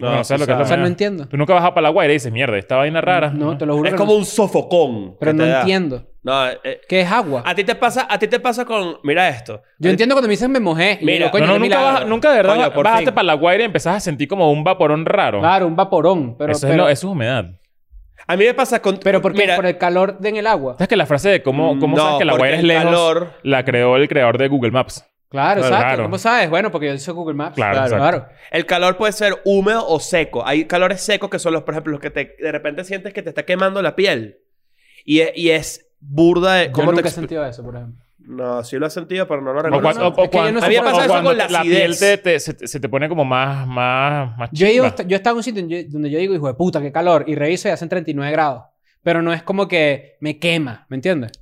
Speaker 2: No, no sé lo que es la
Speaker 4: O sea,
Speaker 2: humedad.
Speaker 4: no entiendo.
Speaker 2: Ah. Tú nunca vas a Palaguaira y dices, mierda, esta vaina rara.
Speaker 4: No, te lo juro.
Speaker 3: Es
Speaker 4: que
Speaker 3: como
Speaker 4: no-
Speaker 3: un sofocón.
Speaker 4: Pero
Speaker 3: que
Speaker 4: no
Speaker 3: te da.
Speaker 4: entiendo.
Speaker 3: No, eh,
Speaker 4: ¿Qué es agua?
Speaker 3: a ti te pasa, a ti te pasa con. Mira esto.
Speaker 4: Yo
Speaker 3: A ti-
Speaker 4: entiendo cuando me dicen me mojé. Y
Speaker 3: Mira,
Speaker 4: digo,
Speaker 2: No,
Speaker 4: coño,
Speaker 2: no,
Speaker 4: qué
Speaker 2: nunca,
Speaker 4: milagro.
Speaker 2: baja- nunca de verdad
Speaker 3: Coño, por
Speaker 2: bajaste
Speaker 3: fin.
Speaker 2: para la guaira y empezás a sentir como un vaporón raro.
Speaker 4: Claro, un vaporón. Pero,
Speaker 2: eso, es
Speaker 4: pero,
Speaker 2: lo- eso es humedad.
Speaker 3: A mí me pasa con.
Speaker 4: pero ¿por qué?
Speaker 3: Mira,
Speaker 4: Por el calor de en el agua.
Speaker 2: ¿Sabes que la frase de cómo, cómo
Speaker 3: No,
Speaker 2: sabes que la
Speaker 3: porque
Speaker 2: guaira es
Speaker 3: el
Speaker 2: lejos
Speaker 3: calor-
Speaker 2: la creó el creador de Google Maps?
Speaker 4: Claro,
Speaker 2: Claro,
Speaker 4: exacto.
Speaker 2: claro.
Speaker 4: ¿Cómo sabes? Bueno, porque yo uso Google Maps.
Speaker 2: Claro, exacto.
Speaker 3: El calor puede ser húmedo o seco. Hay calores secos que son los, por ejemplo, los que te, de repente sientes que te está quemando la piel. Y es, y es burda de...
Speaker 4: Yo nunca
Speaker 3: Eh, te
Speaker 4: he
Speaker 3: expl-
Speaker 4: sentido eso, por ejemplo.
Speaker 3: No, sí lo he sentido, pero no lo
Speaker 2: O,
Speaker 3: recuerdo.
Speaker 2: cuan- o- o
Speaker 4: Es que yo
Speaker 2: cuan-
Speaker 4: no sé
Speaker 2: a mí me
Speaker 4: por-
Speaker 2: pasa
Speaker 4: o
Speaker 2: eso
Speaker 3: cuando
Speaker 2: con la,
Speaker 3: la
Speaker 2: piel
Speaker 3: acidez.
Speaker 2: te- te- se, te- se te pone como más, más, más
Speaker 4: Yo, he ido
Speaker 2: chispa.
Speaker 4: hasta- yo estaba en un sitio en- donde yo digo, hijo de puta, qué calor. Y reviso y hacen 39 grados. Pero no es como que me quema, ¿me entiendes?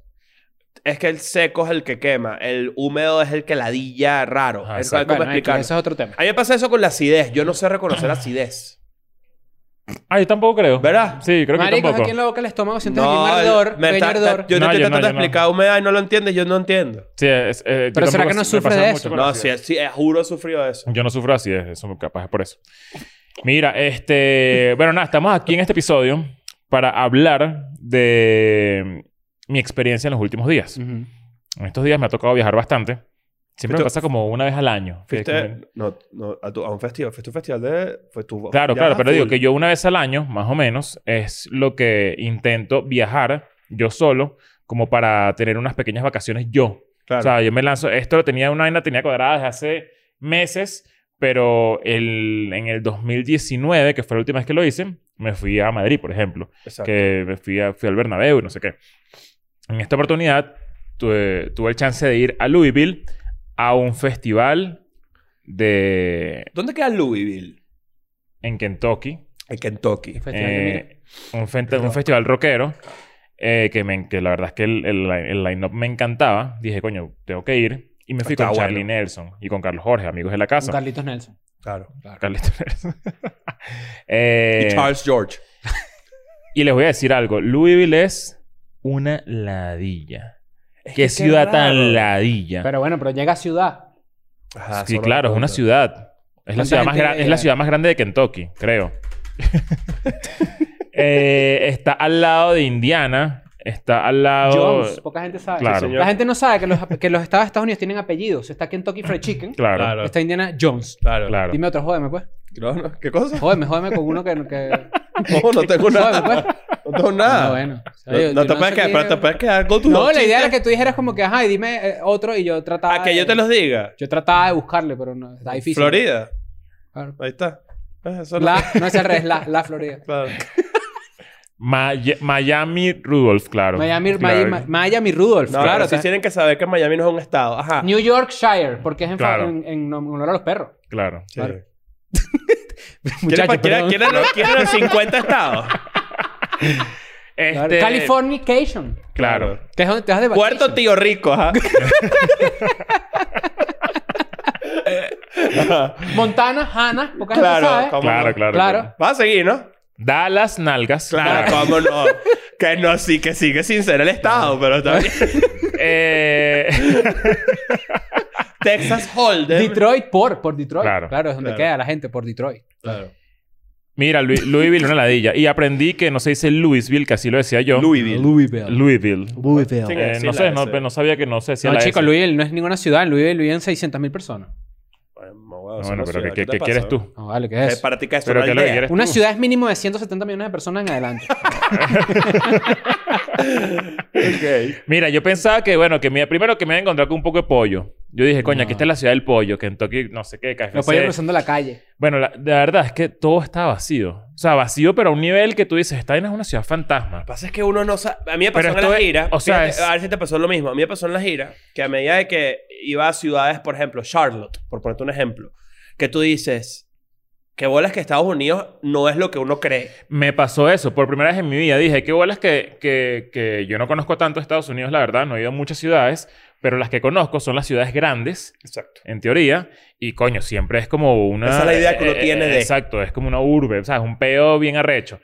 Speaker 3: Es que el seco es el que quema. El húmedo es el que ladilla raro.
Speaker 2: Ajá,
Speaker 3: Es ¿Cómo
Speaker 4: Bueno, X,
Speaker 3: explicarlo?
Speaker 4: ese es otro tema.
Speaker 3: A mí me pasa eso con la acidez. Yo no sé reconocer acidez.
Speaker 2: Ah, yo tampoco creo.
Speaker 3: ¿Verdad?
Speaker 2: Sí, creo que
Speaker 4: Marico, es
Speaker 2: tampoco.
Speaker 4: aquí en la boca el estómago sientes aquí un
Speaker 3: No,
Speaker 4: ardor,
Speaker 3: me
Speaker 4: pequeño
Speaker 3: está- está-
Speaker 4: ardor.
Speaker 3: yo no
Speaker 2: No,
Speaker 3: te
Speaker 2: yo
Speaker 3: trato
Speaker 2: no,
Speaker 3: de
Speaker 2: yo no.
Speaker 3: explicar humedad y no lo entiendes. Yo no entiendo.
Speaker 2: Sí, es- eh, yo
Speaker 4: Pero ¿será
Speaker 2: tampoco-
Speaker 4: que no
Speaker 2: me
Speaker 4: sufres
Speaker 2: pasa
Speaker 4: de
Speaker 2: mucho
Speaker 4: eso?
Speaker 2: con la
Speaker 3: No,
Speaker 2: acidez.
Speaker 3: sí, sí, eh, juro he sufrido de eso.
Speaker 2: Yo no sufro así, es- eso capaz es por eso. Mira, este. Bueno, nada, estamos aquí en este episodio para hablar de mi experiencia en los últimos días.
Speaker 4: Ujú.
Speaker 2: En estos días me ha tocado viajar bastante. Siempre me
Speaker 3: Mm. Fuiste-
Speaker 2: pasa como una vez al año. que-
Speaker 3: Fuiste no, no, a, tu- a un festival. Fue tu festival de... Fue tu,
Speaker 2: Claro,
Speaker 3: ya
Speaker 2: claro,
Speaker 3: vas
Speaker 2: pero digo
Speaker 3: full.
Speaker 2: que yo una vez al año, más o menos, es lo que intento viajar yo solo, como para tener unas pequeñas vacaciones yo.
Speaker 3: Claro.
Speaker 2: O sea, yo me lanzo, esto lo tenía una vaina, tenía cuadrada desde hace meses, pero el, en el 2019, que fue la última vez que lo hice, me fui a Madrid, por ejemplo,
Speaker 3: Exacto.
Speaker 2: que me fui, a- fui al Bernabéu y no sé qué. En esta oportunidad tuve, tuve el chance de ir a Louisville a un festival de,
Speaker 3: ¿Dónde queda Louisville?
Speaker 2: en Kentucky.
Speaker 3: En Kentucky.
Speaker 4: Festival de este Mira.
Speaker 2: Eh, un, fente- un festival rockero eh, que, me- que la verdad es que el, el, li- el line-up me encantaba. Dije, coño, tengo que ir. Y me fui
Speaker 3: Pues Está
Speaker 2: con
Speaker 3: bueno.
Speaker 2: Charlie Nelson y con Carlos Jorge, amigos de la
Speaker 4: Con
Speaker 2: casa.
Speaker 4: Carlitos Nelson.
Speaker 3: Claro.
Speaker 2: Carlitos Nelson. Eh,
Speaker 3: Y Charles George.
Speaker 2: y les voy a decir algo. Louisville es una ladilla. qué ciudad tan ladilla.
Speaker 4: Pero bueno, pero llega a ciudad.
Speaker 3: Ajá,
Speaker 2: sí,
Speaker 3: solo
Speaker 2: claro, es
Speaker 3: me
Speaker 2: una
Speaker 3: pregunto.
Speaker 2: ciudad. Es la
Speaker 4: ¿Cuánta
Speaker 2: ciudad, más
Speaker 4: gente
Speaker 2: gran-
Speaker 4: hay
Speaker 2: es la
Speaker 4: allá?
Speaker 2: ciudad más grande de Kentucky, creo. Eh, está al lado de Indiana. Está al lado.
Speaker 4: Jones, poca gente sabe.
Speaker 2: Claro.
Speaker 3: Sí, señor.
Speaker 4: La gente no sabe que los, que los estados de Estados Unidos tienen apellidos. Está Kentucky Fried Chicken.
Speaker 2: Claro, claro.
Speaker 3: Claro.
Speaker 4: Está Indiana Jones.
Speaker 2: claro.
Speaker 4: Dime otro, jódeme, pues.
Speaker 3: No, no, ¿Qué cosa?
Speaker 4: Jódeme, jódeme con uno que... que...
Speaker 3: No, no tengo
Speaker 4: jódeme,
Speaker 3: nada.
Speaker 4: pues.
Speaker 3: No tengo
Speaker 4: No,
Speaker 3: nada.
Speaker 4: bueno. O sea,
Speaker 3: No, no
Speaker 4: yo- yo
Speaker 3: te
Speaker 4: sé
Speaker 3: puedes quedar,
Speaker 4: qué-
Speaker 3: pero te puedes quedar con tu
Speaker 4: No, la idea era que tú dijeras como que, ajá, y dime eh, otro y yo
Speaker 3: A
Speaker 4: trataba...
Speaker 3: Ah, que yo te
Speaker 4: de-
Speaker 3: los diga.
Speaker 4: Yo trataba de buscarle, pero no, está difícil.
Speaker 3: Florida.
Speaker 4: Claro.
Speaker 3: Ahí está. Eh, Eso no-
Speaker 4: La, no es al revés, la, la Florida.
Speaker 3: Claro.
Speaker 2: May- Miami Rudolph, claro.
Speaker 4: Miami,
Speaker 2: Claro.
Speaker 4: Miami, Miami Rudolph.
Speaker 3: No,
Speaker 4: claro,
Speaker 3: claro, sí
Speaker 4: está-
Speaker 3: tienen que saber que Miami no es un estado. Ajá.
Speaker 4: New Yorkshire, porque es en, fa-
Speaker 2: Claro.
Speaker 4: en- en honor a los perros.
Speaker 2: claro.
Speaker 3: Sí.
Speaker 4: Claro.
Speaker 3: ¿Quieren pa-
Speaker 4: Muchachos,
Speaker 3: ¿Quieren
Speaker 4: perdón.
Speaker 3: quieren los quieren los 50 estados?
Speaker 4: Claro.
Speaker 2: Este-
Speaker 4: Californication.
Speaker 2: Claro.
Speaker 4: Que es donde te vas de vacation.
Speaker 3: Puerto Tío Rico, ajá. Ajá.
Speaker 4: Montana, Hannah, poca
Speaker 3: Claro,
Speaker 4: gente sabe.
Speaker 3: como-
Speaker 2: Claro,
Speaker 3: no?
Speaker 2: claro,
Speaker 4: Claro.
Speaker 2: claro.
Speaker 3: Vas a seguir, ¿no?
Speaker 2: Dallas Nalgas.
Speaker 3: Claro, cómo no. Que no, sí, que sí, que sin ser el estado, pero también.
Speaker 2: Eh,
Speaker 3: Texas Hold'em.
Speaker 4: Detroit por, por Detroit.
Speaker 2: Claro.
Speaker 4: Claro, es donde
Speaker 3: Claro.
Speaker 4: queda la gente, por Detroit.
Speaker 3: Claro.
Speaker 2: mira, Louis- Louisville, una ladilla. Y aprendí que no se dice Louisville, que así lo decía yo.
Speaker 3: Louisville.
Speaker 4: Louisville.
Speaker 2: Louisville.
Speaker 3: Sin
Speaker 2: Eh,
Speaker 3: decir
Speaker 2: no
Speaker 3: la
Speaker 2: sé, no,
Speaker 3: S.
Speaker 2: no sabía que no se decía
Speaker 4: No,
Speaker 2: la
Speaker 4: chicos,
Speaker 2: S.
Speaker 4: Louisville no es ninguna ciudad. En Louisville viven 600.000 personas.
Speaker 3: Bueno, huevo,
Speaker 2: No,
Speaker 3: eso
Speaker 2: bueno,
Speaker 3: no
Speaker 2: pero
Speaker 3: sirve.
Speaker 2: ¿qué, qué-
Speaker 3: te
Speaker 2: qué
Speaker 3: pasa,
Speaker 2: quieres
Speaker 3: bro?
Speaker 2: tú?
Speaker 4: No, vale, ¿qué
Speaker 3: Eh,
Speaker 4: es?
Speaker 3: para ti que es
Speaker 2: Pero
Speaker 3: una
Speaker 2: ¿qué es lo que
Speaker 3: aldea.
Speaker 2: quieres
Speaker 4: Una
Speaker 2: tú?
Speaker 4: ciudad es mínimo de 170 millones de personas en adelante.
Speaker 3: Ok.
Speaker 2: Mira, yo pensaba que, bueno, que me- primero que me iba a encontrar con un poco de pollo. Yo dije, coño,
Speaker 4: No.
Speaker 2: aquí está la ciudad del pollo, Kentucky, no sé qué, KFC.
Speaker 4: Los pollos cruzando la calle.
Speaker 2: Bueno, la, la verdad es que todo está vacío. O sea, vacío, pero a un nivel que tú dices, esta vaina es una ciudad fantasma.
Speaker 3: Lo que pasa es que uno no sabe. A mí me pasó
Speaker 2: Pero
Speaker 3: en
Speaker 2: esto
Speaker 3: la
Speaker 2: es-
Speaker 3: gira.
Speaker 2: o sea,
Speaker 3: fíjate,
Speaker 2: es-
Speaker 3: A ver si te pasó lo mismo. A mí me pasó en la gira que a medida de que iba a ciudades, por ejemplo, Charlotte, por ponerte un ejemplo, que tú dices que bolas que Estados Unidos no es lo que uno cree.
Speaker 2: Me pasó eso. Por primera vez en mi vida dije, qué bolas que, que, que yo no conozco tanto Estados Unidos, la verdad. No he ido a muchas ciudades, pero las que conozco son las ciudades grandes,
Speaker 3: Exacto.
Speaker 2: en teoría. Y, coño, siempre es como una... eh,
Speaker 3: Esa es la idea que uno tiene de-
Speaker 2: Exacto. Es como una urbe. O sea, es un peo bien arrecho.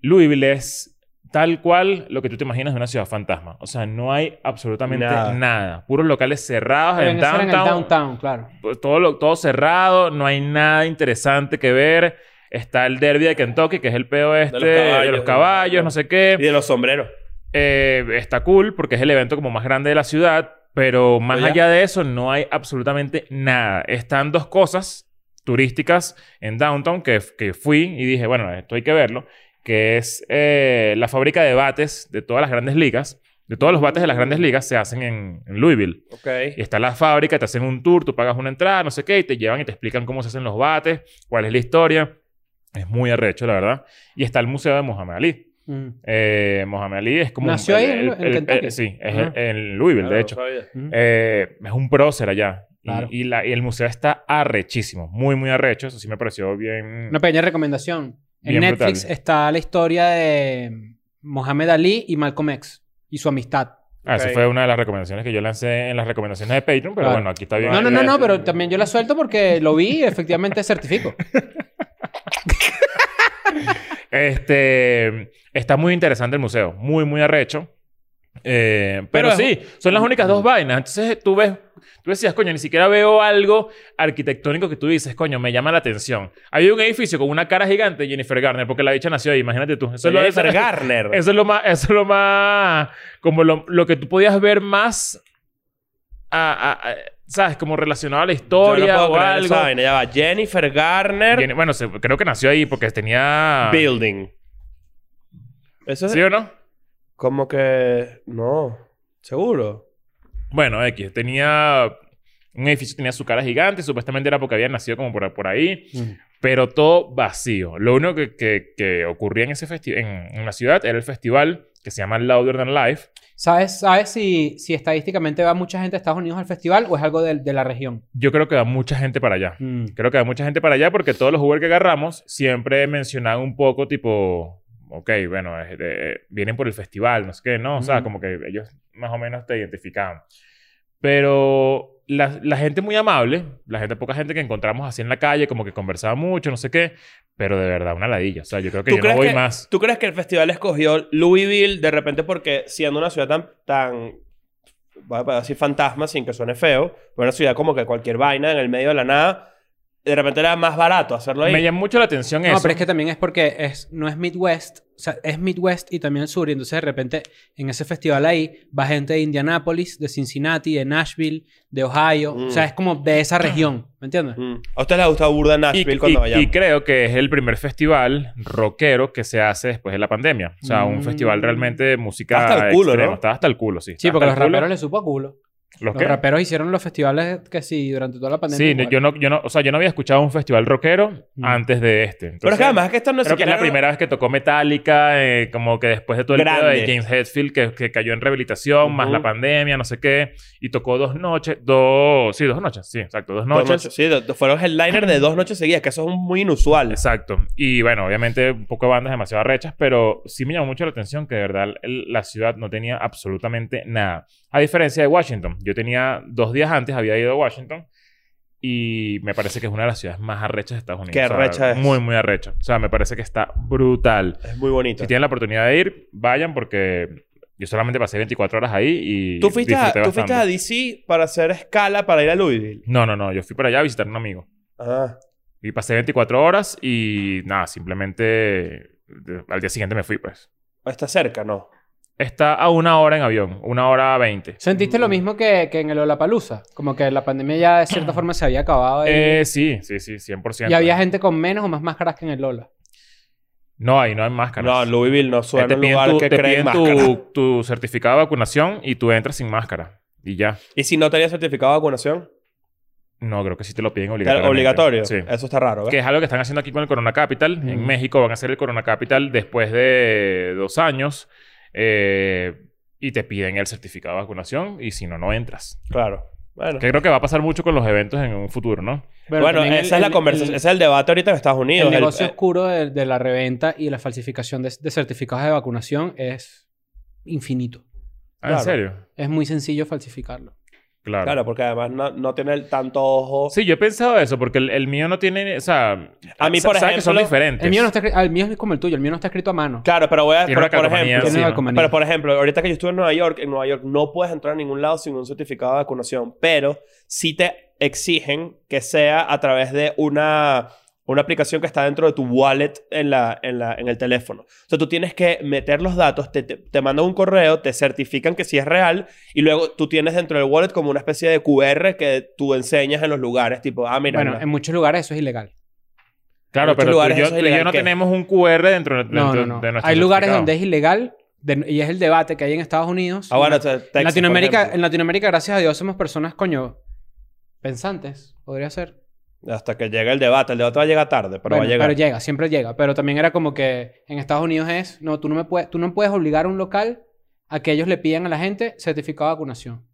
Speaker 2: Louisville es tal cual lo que tú te imaginas de una ciudad fantasma. O sea, no hay absolutamente
Speaker 3: Nada.
Speaker 2: nada. Puros locales cerrados
Speaker 3: Ah,
Speaker 4: Pero en
Speaker 2: en
Speaker 4: ese era en el
Speaker 2: downtown.
Speaker 4: downtown, claro.
Speaker 2: pues, todo, lo- todo cerrado, no hay nada interesante que ver. Está el derby de Kentucky, que es el peo este de los caballos,
Speaker 3: caballos,
Speaker 2: no sé
Speaker 3: Y
Speaker 2: qué.
Speaker 3: de los sombreros.
Speaker 2: Eh, está cool porque es el evento como más grande de la ciudad, pero más
Speaker 3: Pero ya-
Speaker 2: allá de eso no hay absolutamente nada. Están dos cosas turísticas en Downtown que, que fui y dije, bueno, esto hay que verlo, que es eh, la fábrica de bates de todas las grandes ligas, de todos los bates de las grandes ligas se hacen en, en Louisville.
Speaker 3: Ok.
Speaker 2: Y está la fábrica, te hacen un tour, tú pagas una entrada, no sé qué, y te llevan y te explican cómo se hacen los bates, cuál es la historia. Es muy arrecho, la verdad. Y está el Museo de Mohamed Ali.
Speaker 4: Mm.
Speaker 2: Eh, Mohamed Ali es como... un-
Speaker 4: ¿Nació ahí en-
Speaker 2: el-
Speaker 4: en
Speaker 2: el-
Speaker 4: Kentucky?
Speaker 2: el- Sí, es
Speaker 4: Ah.
Speaker 2: en- en Louisville, de hecho. Eh, es un prócer allá. Y-
Speaker 4: Claro.
Speaker 2: Y, la- y el museo está arrechísimo, muy, muy arrecho. Eso sí me pareció bien.
Speaker 4: Una pequeña recomendación. En
Speaker 2: Bien
Speaker 4: Netflix
Speaker 2: brutal.
Speaker 4: está la historia de Mohamed Ali y Malcolm X y su amistad.
Speaker 2: Ah, esa
Speaker 3: Ok.
Speaker 2: fue una de las recomendaciones que yo lancé en las recomendaciones de Patreon, pero
Speaker 4: Claro.
Speaker 2: bueno, aquí está bien.
Speaker 4: No, no, no, no, pero también yo la suelto porque lo vi y efectivamente certifico.
Speaker 2: Este, está muy interesante el museo, muy, muy arrecho. Eh, pero,
Speaker 3: Pero Mm.
Speaker 2: sí, son las únicas dos vainas. Entonces tú ves, tú decías, coño, ni siquiera veo algo arquitectónico que tú dices, coño, me llama la atención. Hay un edificio con una cara gigante de Jennifer Garner, porque la bicha nació ahí, imagínate tú. Eso es lo de-
Speaker 3: Jennifer Garner.
Speaker 2: Eso es lo más, eso es lo más, como lo, lo que tú podías ver más, a- a- a- ¿sabes? Como relacionado a la
Speaker 3: Yo no
Speaker 2: historia
Speaker 3: puedo
Speaker 2: o
Speaker 3: creer
Speaker 2: algo.
Speaker 3: esa vaina. Ya va. Jennifer Garner
Speaker 2: Jenny- bueno, se- creo que nació ahí porque tenía...
Speaker 3: Building. Eso es
Speaker 2: ¿Sí o no?
Speaker 3: como que... No. Seguro.
Speaker 2: Bueno, X, tenía... Un edificio tenía su cara gigante, supuestamente era porque había nacido como por, por ahí, pero todo vacío. Lo único que, que- que ocurría en ese festi- en, en la ciudad era el festival que se llama Louder Than Life.
Speaker 4: ¿Sabes, sabes si, si estadísticamente va mucha gente a Estados Unidos al festival o es algo del- de, la región?
Speaker 2: Yo creo que va mucha gente para allá. Creo que hay mucha gente para allá porque todos los Uber que agarramos siempre mencionan un poco tipo, ok, bueno, es de- vienen por el festival, no sé qué, ¿no? O sea,
Speaker 4: Ujú.
Speaker 2: como que ellos más o menos te identificaban. Pero la, la gente muy amable, la gente, poca gente que encontramos así en la calle, como que conversaba mucho, no sé qué, pero de verdad una ladilla. O sea, yo creo que
Speaker 3: ¿Tú
Speaker 2: yo no
Speaker 3: crees
Speaker 2: voy
Speaker 3: que-
Speaker 2: más.
Speaker 3: ¿Tú crees que el festival escogió Louisville de repente porque siendo una ciudad tan... tan voy a decir fantasma sin que suene feo, pero una ciudad como que cualquier vaina en el medio de la nada, de repente era más barato hacerlo ahí.
Speaker 2: Me llama mucho la atención
Speaker 4: No,
Speaker 2: eso.
Speaker 4: pero es que también es porque es, no es Midwest, o sea, es Midwest y también el sur. Y entonces de repente en ese festival ahí va gente de Indianápolis, de Cincinnati, de Nashville, de Ohio.
Speaker 3: Mm.
Speaker 4: O sea, es como de esa región, ¿me entiendes?
Speaker 3: Mm. ¿A usted le gusta Burda
Speaker 2: Y,
Speaker 3: Nashville
Speaker 2: y-
Speaker 3: cuando
Speaker 2: y
Speaker 3: vayamos?
Speaker 2: creo que es el primer festival rockero que se hace después de la pandemia. O sea, un
Speaker 4: Mm.
Speaker 2: festival realmente de música.
Speaker 3: Hasta el culo,
Speaker 2: extrema.
Speaker 3: ¿no?
Speaker 2: Estaba hasta el culo, sí.
Speaker 4: Sí,
Speaker 2: Estaba
Speaker 4: porque los
Speaker 2: hasta el culo.
Speaker 4: raperos les supo a culo.
Speaker 2: ¿Los
Speaker 4: Los
Speaker 2: qué?
Speaker 4: raperos hicieron los festivales que sí, durante toda la pandemia.
Speaker 2: Sí,
Speaker 4: igual.
Speaker 2: yo no, yo no, o sea, yo no había escuchado un festival rockero
Speaker 4: Mm.
Speaker 2: antes de este.
Speaker 3: pero es
Speaker 2: Entonces,
Speaker 3: que además es que esto no
Speaker 2: creo que es
Speaker 3: siquiera
Speaker 2: la
Speaker 3: era-
Speaker 2: primera vez que tocó Metallica, eh, como que después de todo el pedo de
Speaker 3: Grande.
Speaker 2: James Hetfield que, que cayó en rehabilitación, más
Speaker 3: Ujú.
Speaker 2: la pandemia, no sé qué, y tocó dos noches, dos, sí, dos noches, sí, exacto, dos
Speaker 3: dos
Speaker 2: noches.
Speaker 3: noches. Sí, do- fueron headliner de dos noches seguidas, que eso es muy inusual.
Speaker 2: Exacto. Y bueno, obviamente un poco de bandas demasiado rechas, pero sí me llamó mucho la atención que de verdad el- la ciudad no tenía absolutamente nada. A diferencia de Washington. Yo tenía dos días antes, había ido a Washington y me parece que es una de las ciudades más arrechas de Estados Unidos.
Speaker 3: Qué
Speaker 2: O sea,
Speaker 3: arrecha es.
Speaker 2: Muy, muy arrecha. O sea, me parece que está brutal.
Speaker 3: Es muy bonito.
Speaker 2: Si tienen la oportunidad de ir, vayan porque yo solamente pasé 24 horas ahí y
Speaker 3: ¿Tú fuiste, a,
Speaker 2: disfruté
Speaker 3: tú fuiste a
Speaker 2: bastante.
Speaker 3: DC para hacer escala para ir a Louisville?
Speaker 2: No, no, no. Yo fui para allá a visitar a un amigo.
Speaker 3: Ah.
Speaker 2: Y pasé 24 horas y nada, simplemente eh, al día siguiente me fui, pues.
Speaker 3: Está cerca, ¿no?
Speaker 2: Está a una hora en avión, una hora veinte.
Speaker 4: ¿Sentiste
Speaker 3: Mm.
Speaker 4: lo mismo que, que en el Olapalooza? Como que la pandemia ya de cierta forma se había acabado. Y,
Speaker 2: Eh, sí, sí, sí, 100%.
Speaker 4: y había gente con menos o más máscaras que en el Lola.
Speaker 2: No, ahí no hay máscaras.
Speaker 3: No, Louisville no
Speaker 2: Eh,
Speaker 3: suena
Speaker 2: te
Speaker 3: un
Speaker 2: piden,
Speaker 3: lugar
Speaker 2: tu,
Speaker 3: que
Speaker 2: te piden
Speaker 3: creen máscara.
Speaker 2: tu, tu certificado de vacunación y tú entras sin máscara. Y ya.
Speaker 3: ¿Y si no tenías certificado de vacunación?
Speaker 2: No, creo que sí te lo piden
Speaker 3: Claro,
Speaker 2: obligatorio.
Speaker 3: Obligatorio.
Speaker 2: Sí.
Speaker 3: Eso está raro,
Speaker 2: Que
Speaker 3: ¿ves?
Speaker 2: es algo que están haciendo aquí con el Corona Capital. En
Speaker 4: Mm.
Speaker 2: México van a hacer el Corona Capital después de dos años. eh, y te piden el certificado de vacunación y si no, no entras.
Speaker 3: Claro. Bueno,
Speaker 2: Que creo que va a pasar mucho con los eventos en un futuro, ¿no?
Speaker 3: bueno
Speaker 4: también
Speaker 3: esa es
Speaker 4: el-
Speaker 3: la
Speaker 4: el-
Speaker 3: conversación.
Speaker 4: el-
Speaker 3: ese es el debate ahorita en Estados
Speaker 4: El,
Speaker 3: Unidos. El-
Speaker 4: negocio
Speaker 3: eh,
Speaker 4: oscuro de, de la reventa y la falsificación de, de certificados de vacunación es infinito.
Speaker 2: Ah,
Speaker 3: Claro.
Speaker 2: ¿En serio?
Speaker 4: Es muy sencillo falsificarlo.
Speaker 2: Claro.
Speaker 3: claro, porque además no, no tiene el tanto ojo.
Speaker 2: Sí, yo he pensado eso, porque el, el mío no tiene. O sea.
Speaker 3: A mí,
Speaker 2: sa-
Speaker 3: por
Speaker 2: sabes que son
Speaker 3: ejemplo,
Speaker 2: diferentes.
Speaker 4: El mío, no está, escri- ah, el mío es como el tuyo, el mío no está escrito a mano.
Speaker 3: Claro, pero voy a...
Speaker 2: Tiene
Speaker 3: Por,
Speaker 2: una
Speaker 3: por
Speaker 2: calcomanía
Speaker 3: ejemplo,
Speaker 4: Tiene
Speaker 2: encima.
Speaker 4: una calcomanía.
Speaker 3: Pero, por ejemplo, ahorita que yo estuve en Nueva York, en Nueva York no puedes entrar a ningún lado sin un certificado de vacunación, pero sí te exigen que sea a través de una, una aplicación que está dentro de tu wallet en, la, en, la, en el teléfono. O sea, tú tienes que meter los datos, te, te, te mandan un correo, te certifican que sí es real y luego tú tienes dentro del wallet como una especie de QR que tú enseñas en los lugares, tipo, ah, mira,
Speaker 4: bueno,
Speaker 3: mira.
Speaker 4: en muchos lugares eso es ilegal.
Speaker 2: Claro,
Speaker 3: En muchos
Speaker 2: pero tú, y
Speaker 3: lugares
Speaker 2: yo,
Speaker 3: eso es
Speaker 2: tú y yo
Speaker 3: ilegal,
Speaker 2: no
Speaker 3: ¿qué?
Speaker 2: tenemos un QR dentro, de-
Speaker 4: No,
Speaker 2: dentro
Speaker 4: no, no.
Speaker 2: de nuestro
Speaker 4: Hay lugares
Speaker 2: certificado.
Speaker 4: donde es ilegal, de- y es el debate que hay en Estados Unidos.
Speaker 3: Ah, bueno,
Speaker 4: En-
Speaker 3: o sea, Texas,
Speaker 4: en
Speaker 3: por
Speaker 4: Latinoamérica,
Speaker 3: ejemplo.
Speaker 4: en Latinoamérica, gracias a Dios, somos personas, coño, pensantes, podría ser.
Speaker 3: Hasta que llegue el debate. El debate va a llegar tarde, pero va a
Speaker 4: Bueno,
Speaker 3: llegar.
Speaker 4: Pero llega, siempre llega. Pero también era como que en Estados Unidos es, no, tú no, me puedes, tú no puedes obligar a un local a que ellos le pidan a la gente certificado de vacunación.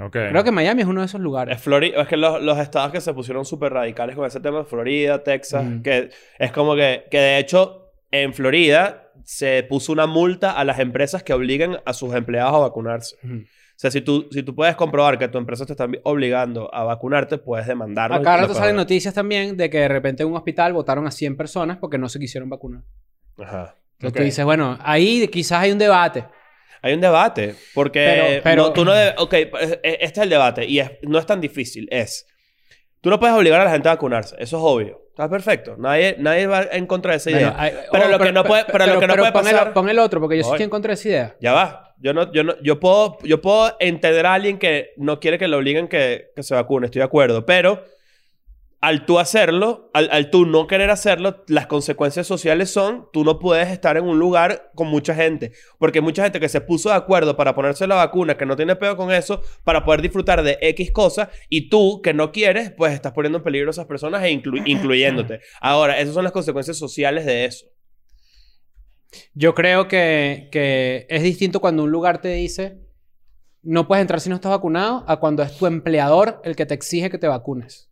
Speaker 2: Ok.
Speaker 4: Creo que Miami es uno de esos lugares.
Speaker 3: Es, Flori- es que los, los estados que se pusieron súper radicales con ese tema, Florida, Texas,
Speaker 4: Mm.
Speaker 3: que es como que, que de hecho en Florida se puso una multa a las empresas que obliguen a sus empleados a vacunarse.
Speaker 4: Ujú.
Speaker 3: O sea, si tú, si tú puedes comprobar que tu empresa te está obligando a vacunarte, puedes demandarlo.
Speaker 4: Acá rato
Speaker 3: Lo
Speaker 4: salen
Speaker 3: puedes-
Speaker 4: noticias también de que de repente en un hospital votaron a 100 personas porque no se quisieron vacunar.
Speaker 3: Ajá.
Speaker 4: Entonces
Speaker 3: Ok.
Speaker 4: tú dices, bueno, ahí quizás hay un debate.
Speaker 3: Hay un debate, porque
Speaker 4: Pero- pero-
Speaker 3: no- tú no debes... Ok, eh, eh, este es el debate y es- no es tan difícil. Es, tú no puedes obligar a la gente a vacunarse, eso es obvio. Está perfecto, nadie, nadie va en contra de esa idea.
Speaker 4: Bueno, hay-
Speaker 3: Pero
Speaker 4: oh,
Speaker 3: lo que no puede- pero lo que no puede
Speaker 4: pon el-
Speaker 3: pasar-
Speaker 4: pon el otro, porque yo sí
Speaker 3: Oye.
Speaker 4: estoy en contra de esa idea.
Speaker 3: Ya va. Yo no, yo no, yo puedo, yo puedo entender a alguien que no quiere que le obliguen que, que se vacune, estoy de acuerdo. Pero al tú hacerlo, al, al tú no querer hacerlo, las consecuencias sociales son tú no puedes estar en un lugar con mucha gente. Porque mucha gente que se puso de acuerdo para ponerse la vacuna, que no tiene pedo con eso, para poder disfrutar de X cosas, y tú que no quieres, pues estás poniendo en peligro a esas personas e inclu- incluyéndote. Ahora, esas son las consecuencias sociales de eso.
Speaker 4: Yo creo que, que es distinto cuando un lugar te dice no puedes entrar si no estás vacunado a cuando es tu empleador el que te exige que te vacunes.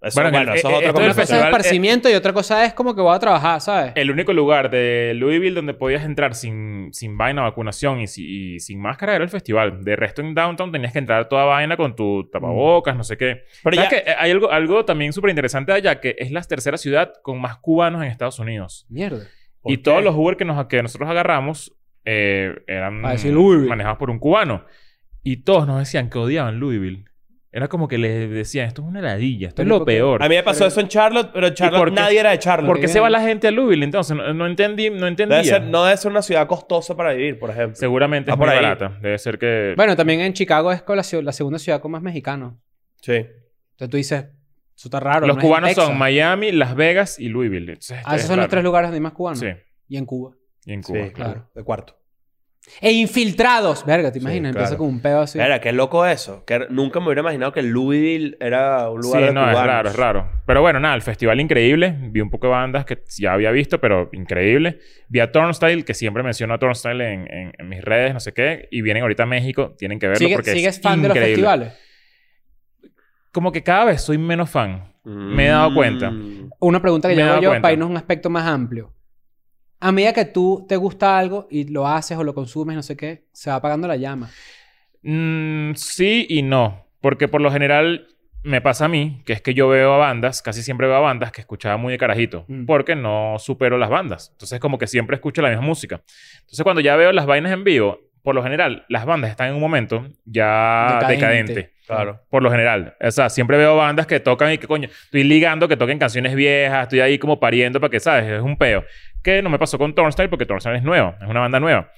Speaker 3: Eso,
Speaker 2: Bueno,
Speaker 3: bueno,
Speaker 2: que el-
Speaker 3: eso
Speaker 2: eh,
Speaker 3: es otra
Speaker 2: esto del
Speaker 4: Una cosa es
Speaker 2: festival-
Speaker 3: conversación.
Speaker 2: Eh.
Speaker 4: esparcimiento y otra cosa es como que voy a trabajar, ¿sabes?
Speaker 2: El único lugar de Louisville donde podías entrar sin, sin vaina, vacunación y, si- y sin máscara era el festival. De resto, en Downtown tenías que entrar toda vaina con tu tapabocas, no sé qué.
Speaker 3: Pero
Speaker 2: ¿Sabes
Speaker 3: ya-
Speaker 2: que eh, hay algo, algo también súper interesante allá? Que es la tercera ciudad con más cubanos en Estados Unidos.
Speaker 4: Mierda.
Speaker 2: Y
Speaker 3: Ok.
Speaker 2: todos los Uber que, nos, que nosotros agarramos eh, eran
Speaker 4: Ah, sí, Louisville.
Speaker 2: manejados por un cubano. Y todos nos decían que odiaban Louisville. Era como que les decían, esto es una ladilla, esto es
Speaker 4: Pero
Speaker 2: lo
Speaker 4: ¿por qué?
Speaker 2: peor.
Speaker 3: A mí me pasó
Speaker 4: Pero-
Speaker 3: eso en Charlotte, pero en
Speaker 2: por
Speaker 3: Charlotte
Speaker 2: qué?
Speaker 3: nadie era de Charlotte.
Speaker 2: ¿Por qué se
Speaker 4: bien.
Speaker 2: va la gente a Louisville entonces? No, no entendí, no entendía.
Speaker 3: Debe ser- no debe ser una ciudad costosa para vivir, por ejemplo.
Speaker 2: Seguramente
Speaker 3: Ah,
Speaker 2: es
Speaker 3: por
Speaker 2: muy
Speaker 3: ahí.
Speaker 2: barata. Debe ser que...
Speaker 4: Bueno, también en Chicago es con la, ciu- la segunda ciudad con más mexicanos.
Speaker 3: Sí.
Speaker 4: Entonces tú dices, eso está raro.
Speaker 2: los
Speaker 4: no es en
Speaker 2: cubanos son
Speaker 4: Texas".
Speaker 2: Miami, Las Vegas y Louisville. Entonces,
Speaker 4: Ah, esos son los tres lugares donde hay más cubanos.
Speaker 2: Sí.
Speaker 4: Y en Cuba.
Speaker 2: Y en Cuba.
Speaker 3: sí,
Speaker 2: claro.
Speaker 4: claro.
Speaker 3: De cuarto.
Speaker 4: E infiltrados. Verga, ¿te
Speaker 3: Sí,
Speaker 4: imaginas? Empieza
Speaker 3: claro.
Speaker 4: con un pedo así.
Speaker 3: Era, qué loco eso. Que nunca me hubiera imaginado que Louisville era un lugar
Speaker 2: Sí,
Speaker 3: de
Speaker 2: no,
Speaker 3: cubanos.
Speaker 2: es raro, es raro. Pero bueno, nada, el festival increíble. Vi un poco de bandas que ya había visto, pero increíble. Vi a Turnstile, que siempre menciono a Turnstile en, en- en mis redes, no sé qué. Y vienen ahorita a México, tienen que verlo
Speaker 4: ¿Sigue-
Speaker 2: porque
Speaker 4: ¿Sigues
Speaker 2: es
Speaker 4: fan de los
Speaker 2: increíble.
Speaker 4: festivales?
Speaker 2: Como que cada vez soy menos fan.
Speaker 3: Mm.
Speaker 2: Me he dado cuenta.
Speaker 4: Una pregunta que
Speaker 2: Me
Speaker 4: yo
Speaker 2: he
Speaker 4: hago
Speaker 2: dado
Speaker 4: yo
Speaker 2: cuenta.
Speaker 4: para irnos a un aspecto más amplio. A medida que tú te gusta algo y lo haces o lo consumes, no sé qué, se va apagando la llama.
Speaker 2: Mm, sí y no. Porque por lo general me pasa a mí, que es que yo veo a bandas, casi siempre veo a bandas que escuchaba muy de carajito,
Speaker 4: Mm.
Speaker 2: porque no supero las bandas. Entonces, como que siempre escucho la misma música. Entonces, cuando ya veo las vainas en vivo, por lo general, las bandas están en un momento ya
Speaker 4: Decadente.
Speaker 2: decadente.
Speaker 3: Claro.
Speaker 2: Por lo general. O sea, siempre veo bandas que tocan y que coño, estoy ligando que toquen canciones viejas, estoy ahí como pariendo para que, ¿sabes? Es un peo. Que no me pasó con Turnstile porque Turnstile es nuevo, es una banda nueva.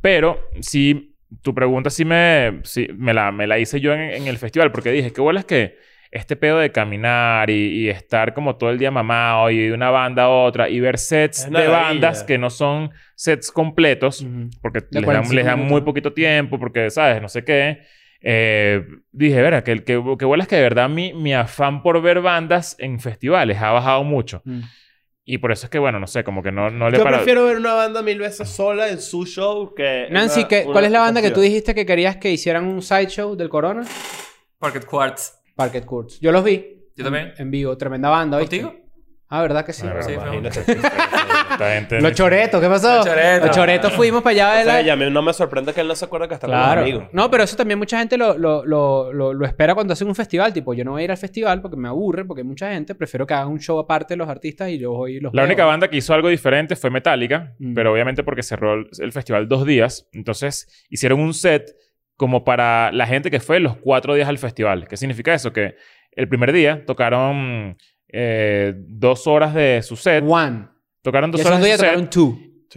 Speaker 2: Pero si tu pregunta sí me, sí, me, la, me la hice yo en, en el festival porque dije, ¿qué bolas que este pedo de caminar y, y estar como todo el día mamado y de una banda a otra y ver sets
Speaker 3: Es
Speaker 2: de
Speaker 3: una ladilla.
Speaker 2: bandas que no son sets completos porque
Speaker 4: De
Speaker 2: les dan,
Speaker 4: 45
Speaker 2: les dan muy
Speaker 4: minutos.
Speaker 2: poquito tiempo, porque, ¿sabes? No sé qué. Eh, dije, verá, que, que, que bolas que de verdad mi, mi afán por ver bandas en festivales ha bajado mucho.
Speaker 4: Mm.
Speaker 2: Y por eso es que, bueno, no sé, como que no, no le
Speaker 3: Yo
Speaker 2: para-
Speaker 3: prefiero ver una banda mil veces sola en su show que...
Speaker 4: Nancy,
Speaker 3: Eh, una-
Speaker 4: ¿qué-
Speaker 3: una
Speaker 4: ¿cuál es la banda que tú
Speaker 3: festival.
Speaker 4: dijiste que querías que hicieran un sideshow del Corona?
Speaker 5: Parket Quartz.
Speaker 4: Parket Courts. Yo los vi.
Speaker 5: Yo también.
Speaker 4: En, en vivo. Tremenda banda, ¿viste?
Speaker 5: ¿Contigo?
Speaker 4: Ah, ¿verdad que sí?
Speaker 2: Ah,
Speaker 5: Sí,
Speaker 2: bueno,
Speaker 5: fue
Speaker 2: imagínate.
Speaker 5: un-
Speaker 2: Esta gente-
Speaker 4: Los Choretos, ¿qué pasó?
Speaker 5: Los Choretos.
Speaker 4: Los Choretos fuimos para allá de
Speaker 3: O sea,
Speaker 4: la...
Speaker 3: ya me- no me sorprende que él no se acuerde que está
Speaker 4: Claro.
Speaker 3: con un amigo.
Speaker 4: No, pero eso también mucha gente lo, lo- lo- lo- lo espera cuando hacen un festival. Tipo, yo no voy a ir al festival porque me aburre, porque hay mucha gente. Prefiero que hagan un show aparte de los artistas y yo voy y los
Speaker 2: La
Speaker 4: veo.
Speaker 2: única banda que hizo algo diferente fue Metallica,
Speaker 4: Mm.
Speaker 2: pero obviamente porque cerró el, el festival dos días. Entonces hicieron un set como para la gente que fue los cuatro días al festival. ¿Qué significa eso? Que el primer día tocaron eh, dos horas de su set.
Speaker 4: One.
Speaker 2: Tocaron
Speaker 4: Y
Speaker 2: dos
Speaker 4: el
Speaker 2: horas
Speaker 4: segundo
Speaker 2: de
Speaker 4: día
Speaker 2: su set,
Speaker 4: tocaron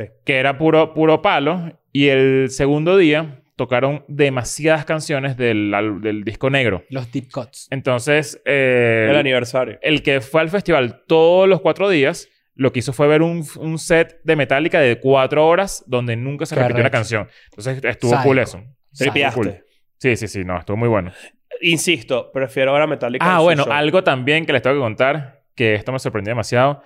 Speaker 4: two.
Speaker 2: que era puro, puro palo. Y el segundo día tocaron demasiadas canciones del, al- del disco negro.
Speaker 4: Los deep cuts.
Speaker 2: Entonces, eh,
Speaker 3: El aniversario.
Speaker 2: el que fue al festival todos los cuatro días lo que hizo fue ver un, un set de Metallica de cuatro horas donde nunca se repitió una
Speaker 4: Correcto.
Speaker 2: canción. Entonces estuvo
Speaker 4: Sádico.
Speaker 2: cool eso.
Speaker 3: Tripeaste.
Speaker 2: Cool. Sí, sí, sí, no, estuvo muy bueno.
Speaker 3: Insisto, prefiero ver a Metallica. en
Speaker 2: Ah,
Speaker 3: su
Speaker 2: bueno,
Speaker 3: show.
Speaker 2: algo también que les tengo que contar, que esto me sorprendió demasiado.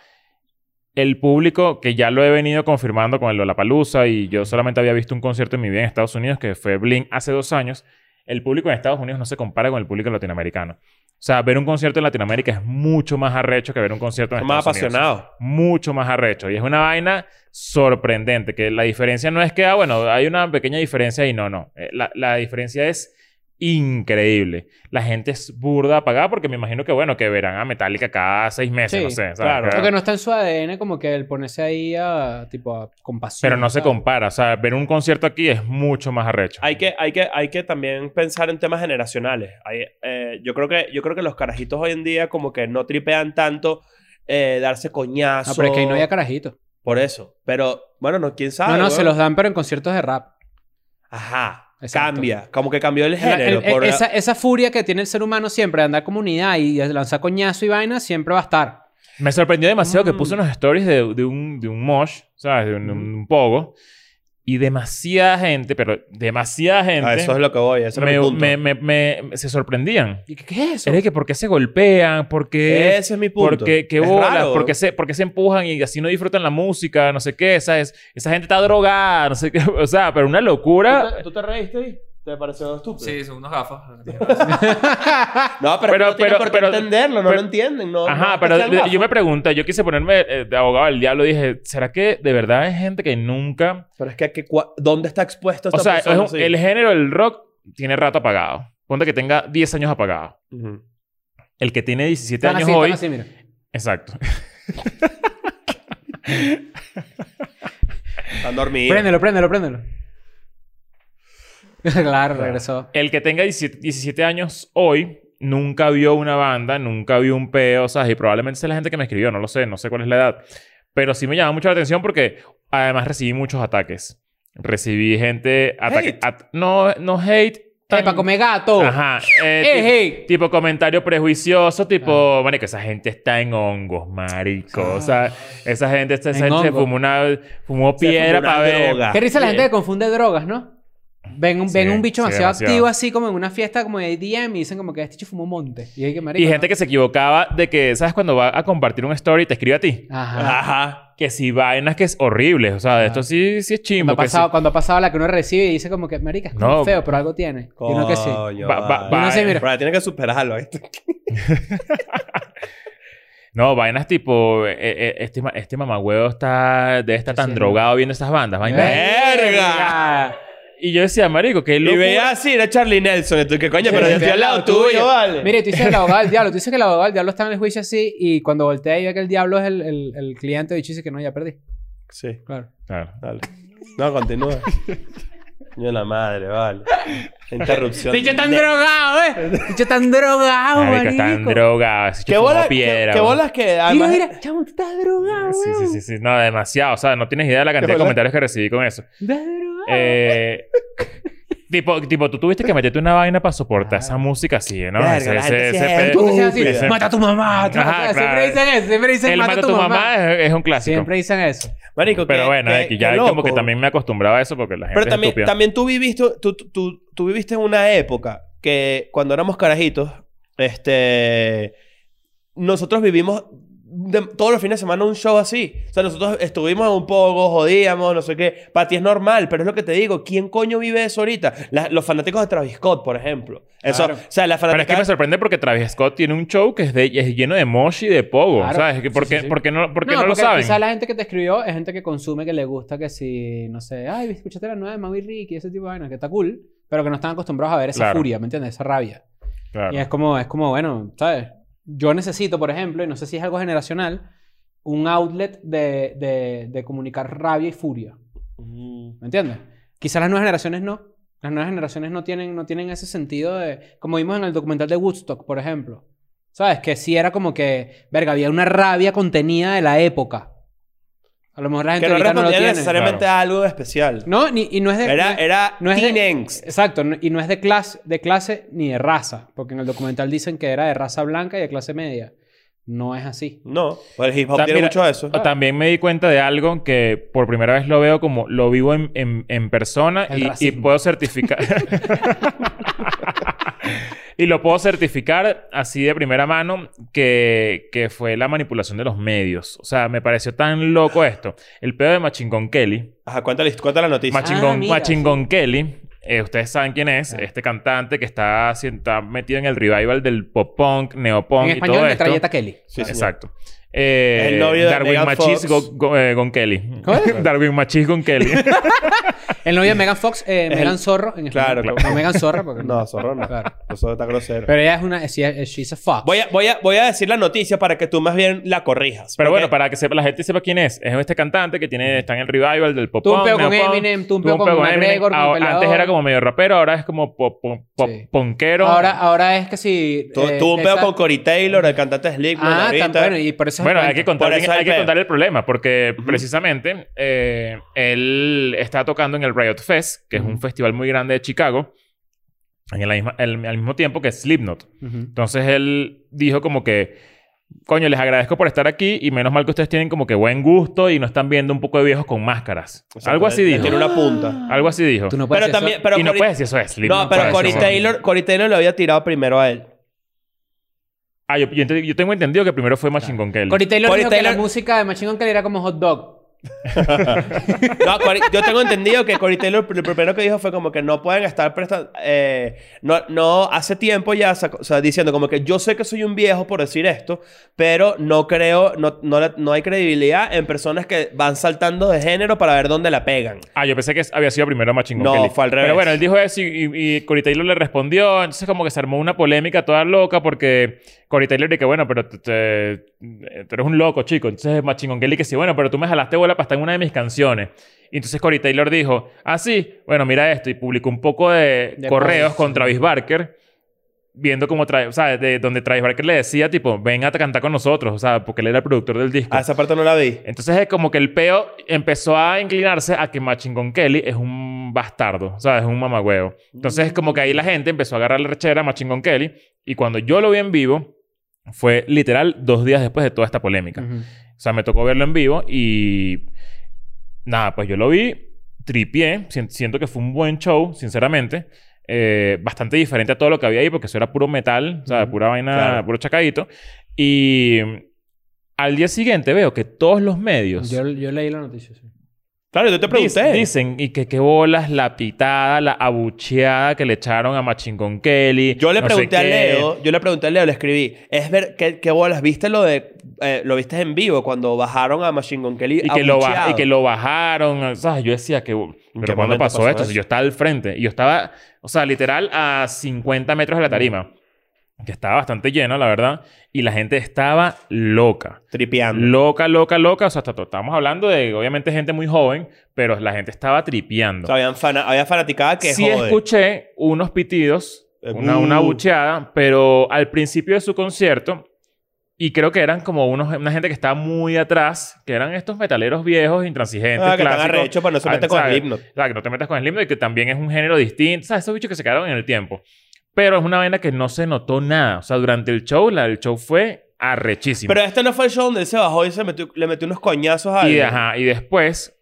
Speaker 2: El público, que ya lo he venido confirmando con el Lollapalooza y yo solamente había visto un concierto en mi vida en Estados Unidos, que fue Blink hace dos años. El público en Estados Unidos no se compara con el público latinoamericano. O sea, ver un concierto en Latinoamérica es mucho más arrecho que ver un concierto en
Speaker 3: Son más
Speaker 2: Estados Unidos
Speaker 3: apasionado.
Speaker 2: mucho más arrecho. Y es una vaina sorprendente, que la diferencia no es que, ah, bueno, hay una pequeña diferencia y no, no. Eh, La, la diferencia es increíble. La gente es burda apagada porque me imagino que, bueno, que verán a Metallica cada seis meses,
Speaker 4: Sí,
Speaker 2: no sé. ¿sabes?
Speaker 3: claro.
Speaker 2: Pero-
Speaker 4: Lo que no está en su ADN, como que el ponerse ahí a, tipo, a compasión.
Speaker 2: Pero no se compara. O sea, ver un concierto aquí es mucho más arrecho.
Speaker 3: Hay que, hay, que, hay que también pensar en temas generacionales. Hay, eh, yo, creo que, yo creo que los carajitos hoy en día como que no tripean tanto eh, darse coñazos.
Speaker 4: No, Ah, pero es que ahí no había carajito.
Speaker 3: Por eso. Pero, bueno, no, quién sabe.
Speaker 4: No, no, se
Speaker 3: weón.
Speaker 4: los dan, pero en conciertos de rap.
Speaker 3: Ajá.
Speaker 4: Exacto.
Speaker 3: Cambia. Como que cambió el
Speaker 4: La-
Speaker 3: género.
Speaker 4: el- el-
Speaker 3: por-
Speaker 4: esa, esa furia que tiene el ser humano siempre de andar como unidad y de lanzar coñazo y vaina siempre va a estar.
Speaker 2: Me sorprendió demasiado que puse
Speaker 3: Mm.
Speaker 2: unos stories de, de un, de un mosh, ¿sabes? De un,
Speaker 4: Ujú.
Speaker 2: un pogo. Y demasiada gente, pero demasiada gente...
Speaker 3: Ah, eso es lo que voy. Ese
Speaker 2: me-
Speaker 3: era mi punto.
Speaker 2: me- me- me- me- se sorprendían.
Speaker 4: ¿Y qué, qué es eso?
Speaker 2: Era que por qué se golpean, por qué...
Speaker 3: Ese es mi punto.
Speaker 2: Porque qué
Speaker 3: Es
Speaker 2: bolas,
Speaker 3: raro.
Speaker 2: porque se, porque se empujan y así no disfrutan la música, no sé qué, ¿sabes? Esa gente está drogada, no sé qué, o sea, pero una
Speaker 3: ¿Tú te,
Speaker 2: locura.
Speaker 3: tú te reíste ahí? ¿Te pareció
Speaker 4: pues.
Speaker 3: estúpido?
Speaker 5: Sí, son unos gafas.
Speaker 3: No,
Speaker 2: Pero-
Speaker 3: pero, pero, no tienen
Speaker 2: pero-
Speaker 3: por qué
Speaker 2: pero-
Speaker 3: entenderlo. No
Speaker 2: pero-
Speaker 3: lo entienden. No,
Speaker 2: Ajá,
Speaker 3: no
Speaker 2: pero
Speaker 3: te quedan
Speaker 2: yo me pregunto, yo quise ponerme eh, de abogado del diablo, dije, ¿será que de verdad hay gente que nunca,
Speaker 3: Pero es que, que cua- ¿dónde está expuesto esta
Speaker 2: o sea, es
Speaker 3: persona?
Speaker 2: un-
Speaker 3: Sí.
Speaker 2: el género del rock tiene rato apagado. Ponte que tenga 10 años apagado.
Speaker 3: Ujú.
Speaker 2: El que tiene 17
Speaker 4: Están
Speaker 2: años
Speaker 4: así,
Speaker 2: hoy,
Speaker 4: están así, mira.
Speaker 2: exacto.
Speaker 3: Están dormidos.
Speaker 4: Préndelo, préndelo, préndelo. claro, regresó.
Speaker 2: El que tenga 17, 17 años hoy nunca vio una banda, nunca vio un peo, ¿sabes? Y probablemente sea la gente que me escribió, no lo sé, no sé cuál es la edad. Pero sí me llama mucho la atención porque además recibí muchos ataques. Recibí gente... ataque-
Speaker 3: Hate.
Speaker 2: at- no, no hate. tan-
Speaker 4: Eh, para comer gato.
Speaker 2: Ajá. eh,
Speaker 4: Eh,
Speaker 2: ti-
Speaker 4: hey.
Speaker 2: Tipo comentario prejuicioso, tipo, marico, esa gente está en hongos, marico. O sea, esa gente, esa
Speaker 4: En
Speaker 2: gente se
Speaker 4: hongos.
Speaker 2: fumó una, fumó
Speaker 3: Se fumó
Speaker 2: piedra
Speaker 3: una
Speaker 2: para ver.
Speaker 3: droga.
Speaker 4: Qué risa la
Speaker 2: Bien.
Speaker 4: gente que confunde drogas, ¿no? Ven un,
Speaker 2: Ah, eh. Sí,
Speaker 4: ven un bicho
Speaker 2: sí,
Speaker 4: demasiado,
Speaker 2: demasiado.
Speaker 4: activo así como en una fiesta como de DM y dicen como que este bicho fumó un monte. Y hay que marico.
Speaker 2: Y gente que se equivocaba de que, ¿sabes? Cuando va a compartir un story, te escribe a ti.
Speaker 4: ¿no? Ajá.
Speaker 2: Ah,
Speaker 3: Ajá.
Speaker 2: Que si vainas que es horrible. O sea, esto sí, sí es
Speaker 4: Cuando
Speaker 2: chimbo.
Speaker 4: ha,
Speaker 2: que sí-
Speaker 4: pasado, cuando ha pasado la que uno recibe y dice como que, marica, es como
Speaker 2: No.
Speaker 4: feo, pero algo tiene. Y uno que sí.
Speaker 3: Coño,
Speaker 2: Va- va-
Speaker 3: vale.
Speaker 2: va-
Speaker 4: No sé, mira.
Speaker 3: Pero tiene que superarlo. ¿viste?
Speaker 2: No, vainas tipo... eh, eh, este, ma- este mamagüeo está... Debe estar
Speaker 4: Sí,
Speaker 2: tan
Speaker 4: sí.
Speaker 2: drogado viendo estas bandas. Vainas.
Speaker 3: ¡Verga!
Speaker 2: Y yo decía, marico, qué
Speaker 3: Y
Speaker 2: locura.
Speaker 3: veía así era Charlie Nelson. Y tú, que coño, pero
Speaker 4: Sí,
Speaker 3: yo estoy al lado tuyo, vale.
Speaker 4: Mire, tú dices que el abogado del diablo. Tú dices que el abogado del diablo está en el juicio así y cuando voltea y ve que el diablo es el, el, el cliente, bicho dice que no, ya perdí.
Speaker 3: Sí,
Speaker 4: Claro.
Speaker 2: Claro.
Speaker 3: dale. No, continúa. Yo la madre, vale. La Interrupción.
Speaker 4: Bicho tan
Speaker 3: De-
Speaker 4: drogado, eh. Bicho tan drogado,
Speaker 2: Marico,
Speaker 4: marico.
Speaker 2: están drogados.
Speaker 3: ¿Qué bolas?
Speaker 2: piedra.
Speaker 3: ¿Qué, qué
Speaker 2: weón.
Speaker 3: bolas que
Speaker 4: Mira,
Speaker 3: además...
Speaker 4: mira, chamo, tú estás drogado,
Speaker 2: Sí, sí,
Speaker 4: weón.
Speaker 2: sí, sí. No, demasiado. O sea, no tienes idea de la cantidad de
Speaker 3: bolas?
Speaker 2: comentarios que recibí con eso.
Speaker 4: Estás drogado.
Speaker 2: Eh... Tipo, tipo, tú tuviste que meterte una vaina para soportar esa música así, ¿no?
Speaker 3: Verga,
Speaker 2: Ese-
Speaker 3: la gente
Speaker 2: ese-
Speaker 3: sí es
Speaker 2: ese pe-
Speaker 4: Tú que seas así,
Speaker 3: Estúpida.
Speaker 4: mata a tu mamá. tú-
Speaker 2: Ajá,
Speaker 4: o
Speaker 2: claro.
Speaker 4: sea, Siempre dicen eso, siempre dicen
Speaker 2: El
Speaker 4: mata a tu mamá.
Speaker 2: es, es un clásico.
Speaker 4: Siempre dicen eso.
Speaker 3: Marico,
Speaker 2: Pero
Speaker 3: qué-
Speaker 2: bueno,
Speaker 3: qué-
Speaker 2: X,
Speaker 3: qué
Speaker 2: ya como
Speaker 3: loco.
Speaker 2: que también me acostumbraba a eso porque la gente
Speaker 3: Pero
Speaker 2: es
Speaker 3: también,
Speaker 2: estúpida.
Speaker 3: también tú viviste, tú, tú- tú- tú viviste una época que cuando éramos carajitos, este, nosotros vivimos de- todos los fines de semana un show así. O sea, nosotros estuvimos un poco, jodíamos, no sé qué. Para ti es normal, pero es lo que te digo. ¿Quién coño vive eso ahorita? La- los fanáticos de Travis Scott, por ejemplo. Eso,
Speaker 4: Claro.
Speaker 3: O sea, la
Speaker 2: Pero es que
Speaker 3: fanática...
Speaker 2: me sorprende porque Travis Scott tiene un show que es, de- es lleno de moshi y de pogo,
Speaker 4: Claro.
Speaker 2: ¿sabes? Que ¿Por,
Speaker 4: Sí,
Speaker 2: qué,
Speaker 4: sí, sí.
Speaker 2: por qué no, por qué no lo
Speaker 4: porque
Speaker 2: saben?
Speaker 4: Quizás la gente que te escribió es gente que consume, que le gusta, que si, no sé, ay, escuchaste la nueva de Maui Ricky, ese tipo de vainas, que está cool, pero que no están acostumbrados a ver esa
Speaker 2: Claro.
Speaker 4: furia, ¿me entiendes? Esa rabia.
Speaker 2: Claro.
Speaker 4: Y es como, es como, bueno, ¿sabes? Yo necesito, por ejemplo, y no sé si es algo generacional, un outlet de, de, de comunicar rabia y furia. ¿Me entiendes? Quizás las nuevas generaciones no. Las nuevas generaciones no tienen, no tienen ese sentido de... Como vimos en el documental de Woodstock, por ejemplo. ¿Sabes? Que sí era como que... Verga, había una rabia contenida de la época. A lo mejor la gente
Speaker 3: que no
Speaker 4: ahorita no lo
Speaker 3: respondía
Speaker 4: tiene.
Speaker 3: necesariamente
Speaker 2: Claro.
Speaker 3: a algo especial.
Speaker 4: No, ni- y no es de...
Speaker 3: Era,
Speaker 4: no-
Speaker 3: era
Speaker 4: no es de-
Speaker 3: teen angst.
Speaker 4: Exacto. no- y no es de clase, de clase ni de raza. Porque en el documental dicen que era de raza blanca y de clase media. No es así.
Speaker 3: No, pues el hip hop
Speaker 2: Ta-
Speaker 3: tiene
Speaker 2: mira,
Speaker 3: mucho de eso.
Speaker 2: O También me di cuenta de algo que por primera vez lo veo como lo vivo en, en- en persona
Speaker 4: El
Speaker 2: y- y,
Speaker 4: racismo.
Speaker 2: puedo certificar. y lo puedo certificar así de primera mano que, que fue la manipulación de los medios. O sea, me pareció tan loco esto. El pedo de Machingón Kelly.
Speaker 3: Ajá, cuéntale, cuéntale la noticia.
Speaker 2: Machingón,
Speaker 4: Ah, mira,
Speaker 2: Machingón Kelly. eh, ustedes saben quién es,
Speaker 4: Ah.
Speaker 2: este cantante que está, haci- está metido en el revival del pop punk, neopunk
Speaker 4: en
Speaker 2: y todo
Speaker 4: español,
Speaker 2: esto.
Speaker 4: Metralleta Kelly.
Speaker 3: Sí, señor.
Speaker 2: Exacto. Eh,
Speaker 3: El novio de
Speaker 2: Darwin
Speaker 3: Megan
Speaker 2: Machis
Speaker 3: Fox.
Speaker 2: Go- Go- eh, Gonkeli.
Speaker 4: ¿Cómo es?
Speaker 2: Darwin Machis Gonkeli.
Speaker 4: El novio de Megan Fox, eh,
Speaker 3: el-
Speaker 4: Megan Zorro. En
Speaker 3: Claro,
Speaker 4: español.
Speaker 3: claro.
Speaker 4: No, Megan Zorra. Porque...
Speaker 3: No, zorro no.
Speaker 4: Claro.
Speaker 3: Eso está grosero.
Speaker 4: Pero ella es una... she- eh, She's a fox.
Speaker 3: Voy a, voy, a, voy a decir la noticia para que tú más bien la corrijas.
Speaker 2: Pero
Speaker 3: Porque-
Speaker 2: bueno, para que sepa, la gente sepa quién es. Es este cantante que tiene, está en el revival del pop
Speaker 4: Tuvo un
Speaker 2: punk,
Speaker 4: peo con
Speaker 2: neopunk.
Speaker 4: Eminem, tuvo un
Speaker 2: Tuvo
Speaker 4: peo
Speaker 2: un
Speaker 4: con
Speaker 2: peo con
Speaker 4: McGregor,
Speaker 2: Eminem.
Speaker 4: con
Speaker 2: Ahora- Antes
Speaker 4: Pelador.
Speaker 2: era como medio rapero, ahora es como pop, pop, pop-
Speaker 4: Sí.
Speaker 2: punkero.
Speaker 4: Ahora, ahora es que si...
Speaker 3: Tu-
Speaker 4: eh,
Speaker 3: tuvo un pedo
Speaker 4: esa-
Speaker 3: con Cory Taylor, el cantante Slipknot.
Speaker 4: Ah,
Speaker 3: ahorita.
Speaker 4: tan bueno. Y por eso...
Speaker 2: Bueno, hay que, contar,
Speaker 3: Por eso
Speaker 2: hay
Speaker 3: el
Speaker 2: que
Speaker 3: pedo.
Speaker 2: contar el problema, porque
Speaker 3: Ujú.
Speaker 2: precisamente eh, él está tocando en el Riot Fest, que es un festival muy grande de Chicago, en la misma- el- al mismo tiempo que Slipknot.
Speaker 4: Ujú.
Speaker 2: Entonces él dijo como que, coño, les agradezco por estar aquí y menos mal que ustedes tienen como que buen gusto y no están viendo un poco de viejos con máscaras.
Speaker 3: O sea,
Speaker 2: Algo así
Speaker 3: le- le
Speaker 2: dijo.
Speaker 3: Tiene una punta.
Speaker 2: Algo así dijo.
Speaker 4: Tú no puedes
Speaker 3: Pero
Speaker 4: decir Pues
Speaker 3: también...
Speaker 4: eso.
Speaker 3: Pero
Speaker 2: y no
Speaker 3: Cory-
Speaker 2: puedes decir eso es Slipknot,
Speaker 3: No, pero
Speaker 2: ¿sabes?
Speaker 3: Cory
Speaker 2: Como-
Speaker 3: Taylor, Cory Taylor lo había tirado primero a él.
Speaker 2: Ah, yo, yo ent- yo tengo entendido que primero fue Machine Gun Kelly.
Speaker 4: Corey Taylor
Speaker 3: Corey
Speaker 4: dijo que
Speaker 3: Taylor-
Speaker 4: la música de Machine Gun Kelly era como hot dog.
Speaker 3: No, Cory- yo tengo entendido que Cory Taylor lo primero que dijo fue como que no pueden estar prestando... eh, no, no, hace tiempo ya, sacó- o sea, diciendo como que yo sé que soy un viejo por decir esto, pero no creo, no, no, la- no hay credibilidad en personas que van saltando de género para ver dónde la pegan.
Speaker 2: Ah, yo pensé que había sido primero Machine Gun
Speaker 3: No,
Speaker 2: Kelly.
Speaker 3: fue al revés.
Speaker 2: Pero bueno, él dijo eso y, y, y Corey Taylor le respondió. Entonces como que se armó una polémica toda loca porque Corey Taylor dice que bueno, pero te- te- tú eres un loco, chico. Entonces Machine Gun Kelly que sí, bueno, pero tú me jalaste bola para estar en una de mis canciones. Y entonces Corey Taylor dijo, ah, sí, bueno, mira esto. Y publicó un poco de,
Speaker 4: De
Speaker 2: correos
Speaker 4: cosas.
Speaker 2: con Travis Barker. Viendo cómo Travis, o sea, de donde Travis Barker le decía, tipo, ven a cantar con nosotros, o sea, porque él era el productor del disco.
Speaker 3: A esa parte no la vi.
Speaker 2: Entonces es como que el peo empezó a inclinarse a que Machingón Kelly es un bastardo, o sea, es un mamagüeo. Entonces es como que ahí la gente empezó a agarrar la rechera a Machingón Kelly y cuando yo lo vi en vivo fue literal dos días después de toda esta polémica. O sea, me tocó verlo en vivo y nada, pues yo lo vi, tripié, sien- siento que fue un buen show, sinceramente. Eh, bastante diferente a todo lo que había ahí porque eso era puro metal, o sea,
Speaker 4: Ujú.
Speaker 2: pura vaina,
Speaker 3: Claro.
Speaker 2: puro chacadito. Y al día siguiente veo que todos los medios
Speaker 4: Yo, yo leí la noticia, sí.
Speaker 3: Claro, yo te pregunté.
Speaker 2: Dic- Dicen, y que qué bolas la pitada, la abucheada que le echaron a Machingón Kelly.
Speaker 3: Yo le
Speaker 2: no sé
Speaker 3: pregunté a
Speaker 2: qué.
Speaker 3: Leo, yo le pregunté a Leo, le escribí, es ver qué, qué bolas, viste lo de, eh, lo viste en vivo cuando bajaron a Machine Gun Kelly
Speaker 2: Y que, lo ba-
Speaker 3: abucheado?
Speaker 2: y que lo bajaron. O sea, yo decía que. Pero cuando
Speaker 3: momento
Speaker 2: pasó,
Speaker 3: pasó
Speaker 2: esto?
Speaker 3: eso?
Speaker 2: Si yo estaba al frente. Y yo estaba, o sea, literal a 50 metros
Speaker 3: Mm.
Speaker 2: de la tarima. Que estaba bastante llena, la verdad. Y la gente estaba loca.
Speaker 3: tripeando.
Speaker 2: Loca, loca, loca. O sea, hasta- estábamos hablando de, obviamente, gente muy joven. Pero la gente estaba tripeando.
Speaker 3: O sea, habían fana- había fanaticada que
Speaker 2: sí
Speaker 3: jode.
Speaker 2: escuché unos pitidos,
Speaker 3: Eh,
Speaker 2: una,
Speaker 3: uh.
Speaker 2: una bucheada, pero al principio de su concierto, y creo que eran como unos, una gente que estaba muy atrás, que eran estos metaleros viejos, intransigentes,
Speaker 3: Ah, que están
Speaker 2: clásicos.
Speaker 3: arrechos para no se
Speaker 2: Ah,
Speaker 3: meter con el
Speaker 2: ¿sabes?
Speaker 3: himno.
Speaker 2: O sea, que no te metas con el himno y que también es un género distinto. O sea, esos bichos que se quedaron en el tiempo. Pero es una vaina que no se notó nada. O sea, durante el show, la del show fue arrechísimo.
Speaker 3: Pero este no fue el show donde él se bajó y se metió, le metió unos coñazos a
Speaker 2: Y,
Speaker 3: alguien.
Speaker 2: ajá, y después,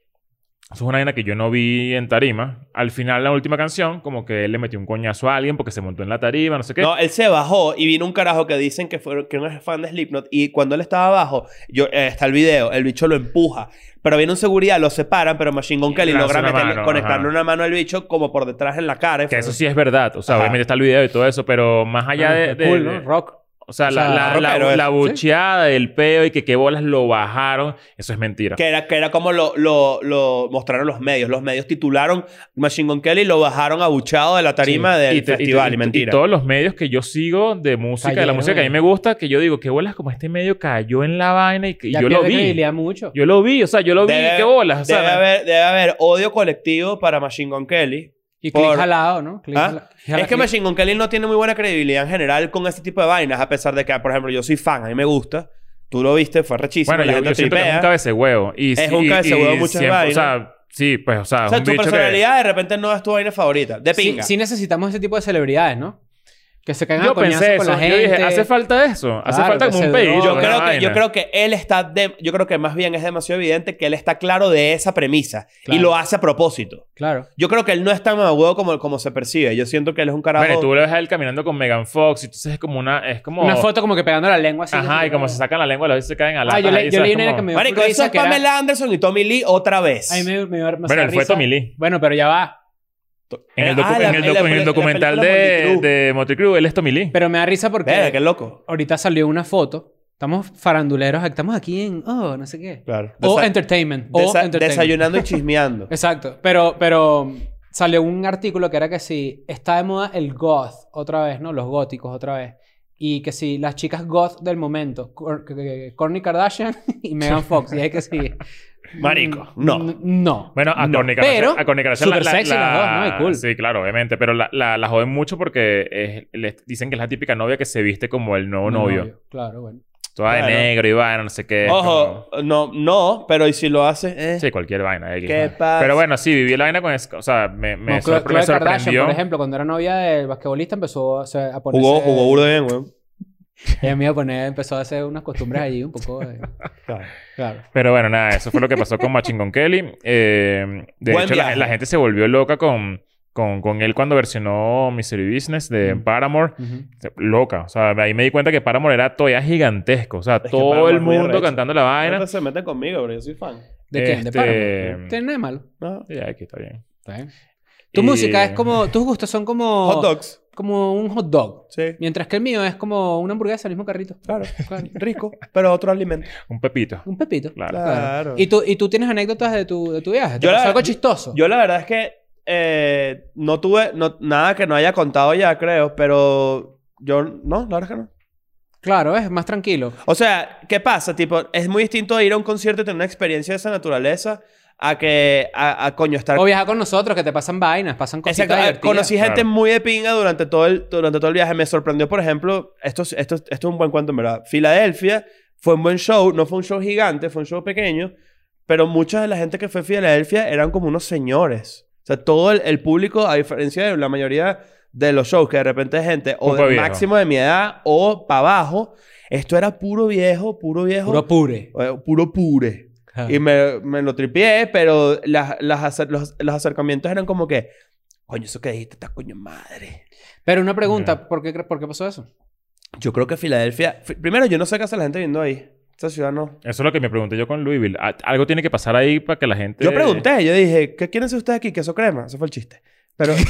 Speaker 2: eso es una vaina que yo no vi en tarima. Al final, la última canción, como que él le metió un coñazo a alguien porque se montó en la tarima, no sé qué.
Speaker 3: No, él se bajó y vino un carajo que dicen que, fue, que no es fan de Slipknot. Y cuando él estaba abajo, yo, eh, está el video, el bicho lo empuja. Pero viene un seguridad, lo separan, pero Machine Gun Kelly
Speaker 2: lanza
Speaker 3: logra
Speaker 2: una
Speaker 3: meterle-
Speaker 2: mano,
Speaker 3: conectarle
Speaker 2: ajá.
Speaker 3: una mano al bicho como por detrás en la cara. y
Speaker 2: que
Speaker 3: fue-
Speaker 2: eso sí es verdad. O sea,
Speaker 3: Ajá.
Speaker 2: obviamente está el video y todo eso, pero más allá
Speaker 4: Ah,
Speaker 2: de...
Speaker 4: qué
Speaker 2: de-
Speaker 4: cool,
Speaker 2: de-
Speaker 4: ¿no? Rock.
Speaker 2: O sea,
Speaker 4: O
Speaker 2: la,
Speaker 4: sea,
Speaker 2: la, la-
Speaker 3: rockero es.
Speaker 2: la bucheada del peo y que qué bolas lo bajaron, eso es mentira.
Speaker 3: Que era, que era como lo, lo, lo mostraron los medios. Los medios titularon Machine Gun Kelly y lo bajaron abuchado de la tarima del
Speaker 2: te-
Speaker 3: festival.
Speaker 2: te-
Speaker 3: Y, mentira.
Speaker 2: y todos los medios que yo sigo de música, de la
Speaker 4: Cayeron
Speaker 2: música que a mí
Speaker 4: en-
Speaker 2: me gusta, que yo digo, qué bolas como este medio cayó en la vaina y, que- y
Speaker 4: Ya
Speaker 2: yo lo
Speaker 4: pierde
Speaker 2: vi.
Speaker 4: credibilidad mucho.
Speaker 2: Yo lo vi, o sea, yo lo vi,
Speaker 3: Debe-
Speaker 2: qué bolas. O sea,
Speaker 3: debe, haber, debe haber odio colectivo para Machine Gun Kelly.
Speaker 4: Y
Speaker 3: Por-
Speaker 4: clic jalado, ¿no? Click
Speaker 3: ¿Ah?
Speaker 4: jala- jala-
Speaker 3: Es que
Speaker 4: click.
Speaker 3: Machine Gun Kelly no tiene muy buena credibilidad en general con este tipo de vainas, a pesar de que, por ejemplo, yo soy fan, a mí me gusta. Tú lo viste, fue rechísimo.
Speaker 2: Bueno,
Speaker 3: la
Speaker 2: yo,
Speaker 3: gente
Speaker 2: yo siento que es un
Speaker 3: tripea.
Speaker 2: cabece huevo. Y,
Speaker 3: Es
Speaker 2: sí-
Speaker 3: un
Speaker 2: y-
Speaker 3: cabezahuevo
Speaker 2: y
Speaker 3: muchas
Speaker 2: siempre, O
Speaker 3: vainas.
Speaker 2: sea, sí, pues, o sea,
Speaker 3: O sea,
Speaker 2: un
Speaker 3: tu
Speaker 2: bicho que...
Speaker 3: personalidad de repente no es tu vaina favorita. De
Speaker 4: Sí,
Speaker 3: pinga.
Speaker 4: sí necesitamos ese tipo de celebridades, ¿no? Que se caigan a
Speaker 2: Yo
Speaker 4: coñazos
Speaker 2: pensé
Speaker 4: con
Speaker 2: eso.
Speaker 4: la gente.
Speaker 2: Yo dije, hace falta eso. Hace
Speaker 4: Claro,
Speaker 2: falta
Speaker 4: que
Speaker 2: como un
Speaker 4: se
Speaker 2: pedido.
Speaker 4: droguen.
Speaker 3: Yo creo, que, yo
Speaker 2: vaina.
Speaker 3: creo que él está... de- yo creo que más bien es demasiado evidente que él está claro de esa premisa.
Speaker 4: Claro.
Speaker 3: Y lo hace a propósito.
Speaker 4: Claro.
Speaker 3: Yo creo que él no es tan huevo como, como se percibe. Yo siento que él es un carajo...
Speaker 2: Bueno, y tú lo ves a él caminando con Megan Fox y entonces es como una... Es como...
Speaker 4: Una foto como que pegando la lengua así.
Speaker 2: Ajá, y como se sacan la lengua, las veces se caen a la...
Speaker 4: Ah, yo, le- yo leí una que me dio
Speaker 3: Marico,
Speaker 4: full
Speaker 3: eso
Speaker 4: risa
Speaker 3: es
Speaker 4: que era-
Speaker 3: Pamela Anderson y Tommy Lee otra vez.
Speaker 4: A mí me, me dio demasiada
Speaker 2: Bueno, él fue
Speaker 4: risa.
Speaker 2: Tommy Lee.
Speaker 4: Bueno, pero ya va.
Speaker 2: En el,
Speaker 3: Ah,
Speaker 2: docu-
Speaker 3: la-
Speaker 2: en el
Speaker 3: la
Speaker 2: docu- en el
Speaker 3: peli- la
Speaker 2: documental
Speaker 3: película
Speaker 2: de,
Speaker 3: Motley Crue.
Speaker 2: de Motley Crue, él es Tommy Lee.
Speaker 4: Pero me da risa porque
Speaker 3: Verga, qué loco.
Speaker 4: ahorita salió una foto. Estamos faranduleros. Estamos aquí en... Oh, no sé qué.
Speaker 3: Claro.
Speaker 4: O entertainment. O
Speaker 3: Desa-
Speaker 4: entertainment.
Speaker 3: desayunando y chismeando.
Speaker 4: Exacto. Pero, pero salió un artículo que era que si está de moda el goth otra vez, ¿no? Los góticos otra vez. Y que si las chicas goth del momento, Corny Kardashian y Megan Fox. Y es que sí.
Speaker 3: Marico, no.
Speaker 4: N- No.
Speaker 2: Bueno, a
Speaker 4: No.
Speaker 2: Kourtney
Speaker 4: Pero,
Speaker 2: Kardashian- a Kourtney Kardashian
Speaker 4: súper sexy las dos, ¿no? Y cool.
Speaker 2: Sí, claro, obviamente. Pero la, la, la joden mucho porque es- le dicen que es la típica novia que se viste como el nuevo
Speaker 4: No,
Speaker 2: novio.
Speaker 4: Claro, bueno.
Speaker 2: Toda de
Speaker 3: Claro.
Speaker 2: negro y vaina, no sé qué. como-
Speaker 3: Ojo, no, no, pero ¿y si lo hace? Eh,
Speaker 2: Sí, cualquier vaina. X,
Speaker 3: ¿Qué
Speaker 2: ¿no?
Speaker 3: pasa?
Speaker 2: Pero bueno, sí, viví la vaina con... es- O sea, me, me,
Speaker 4: No,
Speaker 2: sor-
Speaker 4: Khloe-
Speaker 2: me
Speaker 4: Khloe Kardashian,
Speaker 2: sorprendió.
Speaker 4: por ejemplo, cuando era novia del basquetbolista, empezó a, hacer- a ponerse...
Speaker 3: jugó, jugó burda bien, weón.
Speaker 4: Ella me iba a poner, empezó a hacer unas costumbres allí un poco... eh, claro.
Speaker 2: Pero bueno, nada, eso fue lo que pasó con Machingón Kelly. Eh, de
Speaker 3: Buen
Speaker 2: hecho, la,
Speaker 3: viaje.
Speaker 2: la gente se volvió loca con, con, con él cuando versionó Mystery Business de
Speaker 4: Mm.
Speaker 2: Paramore.
Speaker 4: Ujú.
Speaker 2: Loca. O sea, ahí me di cuenta que Paramore era todavía gigantesco. O sea,
Speaker 3: que
Speaker 2: todo
Speaker 3: Paramore
Speaker 2: el
Speaker 3: es muy
Speaker 2: mundo
Speaker 3: arrecho.
Speaker 2: cantando la
Speaker 3: No
Speaker 2: vaina.
Speaker 3: se meten conmigo, pero yo soy fan.
Speaker 4: ¿De quién?
Speaker 2: Este-
Speaker 4: ¿De Paramore? No tiene nada de malo.
Speaker 3: No.
Speaker 2: Sí, aquí está bien.
Speaker 4: Está bien. Tu
Speaker 2: Y-
Speaker 4: música es como... Tus gustos son como...
Speaker 3: Hot dogs.
Speaker 4: Como un hot dog.
Speaker 3: Sí,
Speaker 4: Mientras que el mío es como una hamburguesa, el mismo carrito.
Speaker 3: claro.
Speaker 4: Claro.
Speaker 3: Rico, pero otro alimento.
Speaker 2: Un pepito.
Speaker 4: Un pepito.
Speaker 2: Claro.
Speaker 3: Claro.
Speaker 4: ¿Y, tú, ¿Y tú tienes anécdotas de tu, de tu viaje? ¿Te
Speaker 3: Yo la-
Speaker 4: pasó algo chistoso?
Speaker 3: Yo la verdad es que eh, no tuve no- nada que no haya contado ya, creo, pero yo no, la verdad es que no.
Speaker 4: Claro, es más tranquilo.
Speaker 3: O sea, ¿qué pasa? Tipo, es muy distinto ir a un concierto y tener una experiencia de esa naturaleza a que a, a coño estar
Speaker 4: O viajar con nosotros, que te pasan vainas, pasan cositas
Speaker 3: Exacto. Ah,
Speaker 4: divertidas.
Speaker 3: Conocí gente
Speaker 2: Claro.
Speaker 3: muy de pinga durante todo, el, durante todo el viaje. Me sorprendió, por ejemplo, esto, es- esto, es- esto es un buen cuento, en verdad. Filadelfia fue un buen show. No fue un show gigante, fue un show pequeño. Pero mucha de la gente que fue a Filadelfia eran como unos señores. O sea, todo el, el público, a diferencia de la mayoría de los shows, que de repente es gente o
Speaker 2: Poco
Speaker 3: del
Speaker 2: viejo.
Speaker 3: máximo de mi edad o para abajo, esto era puro viejo, puro viejo.
Speaker 4: Puro pure.
Speaker 3: eh, puro pure.
Speaker 4: Claro.
Speaker 3: Y me, me lo tripié, pero las, las acer- los, los acercamientos eran como que, coño, eso que dijiste está coño madre.
Speaker 4: Pero una pregunta, ¿por, qué, cre- ¿por qué pasó eso?
Speaker 3: Yo creo que Filadelfia, fi- primero yo no sé qué hace la gente viendo ahí. Esta ciudad no.
Speaker 2: Eso es lo que me pregunté yo con Louisville. A- Algo tiene que pasar ahí para que la gente... Ah,
Speaker 3: Yo pregunté, yo dije, ¿qué quieren hacer ustedes aquí? ¿Queso crema? Ese fue el chiste. Pero...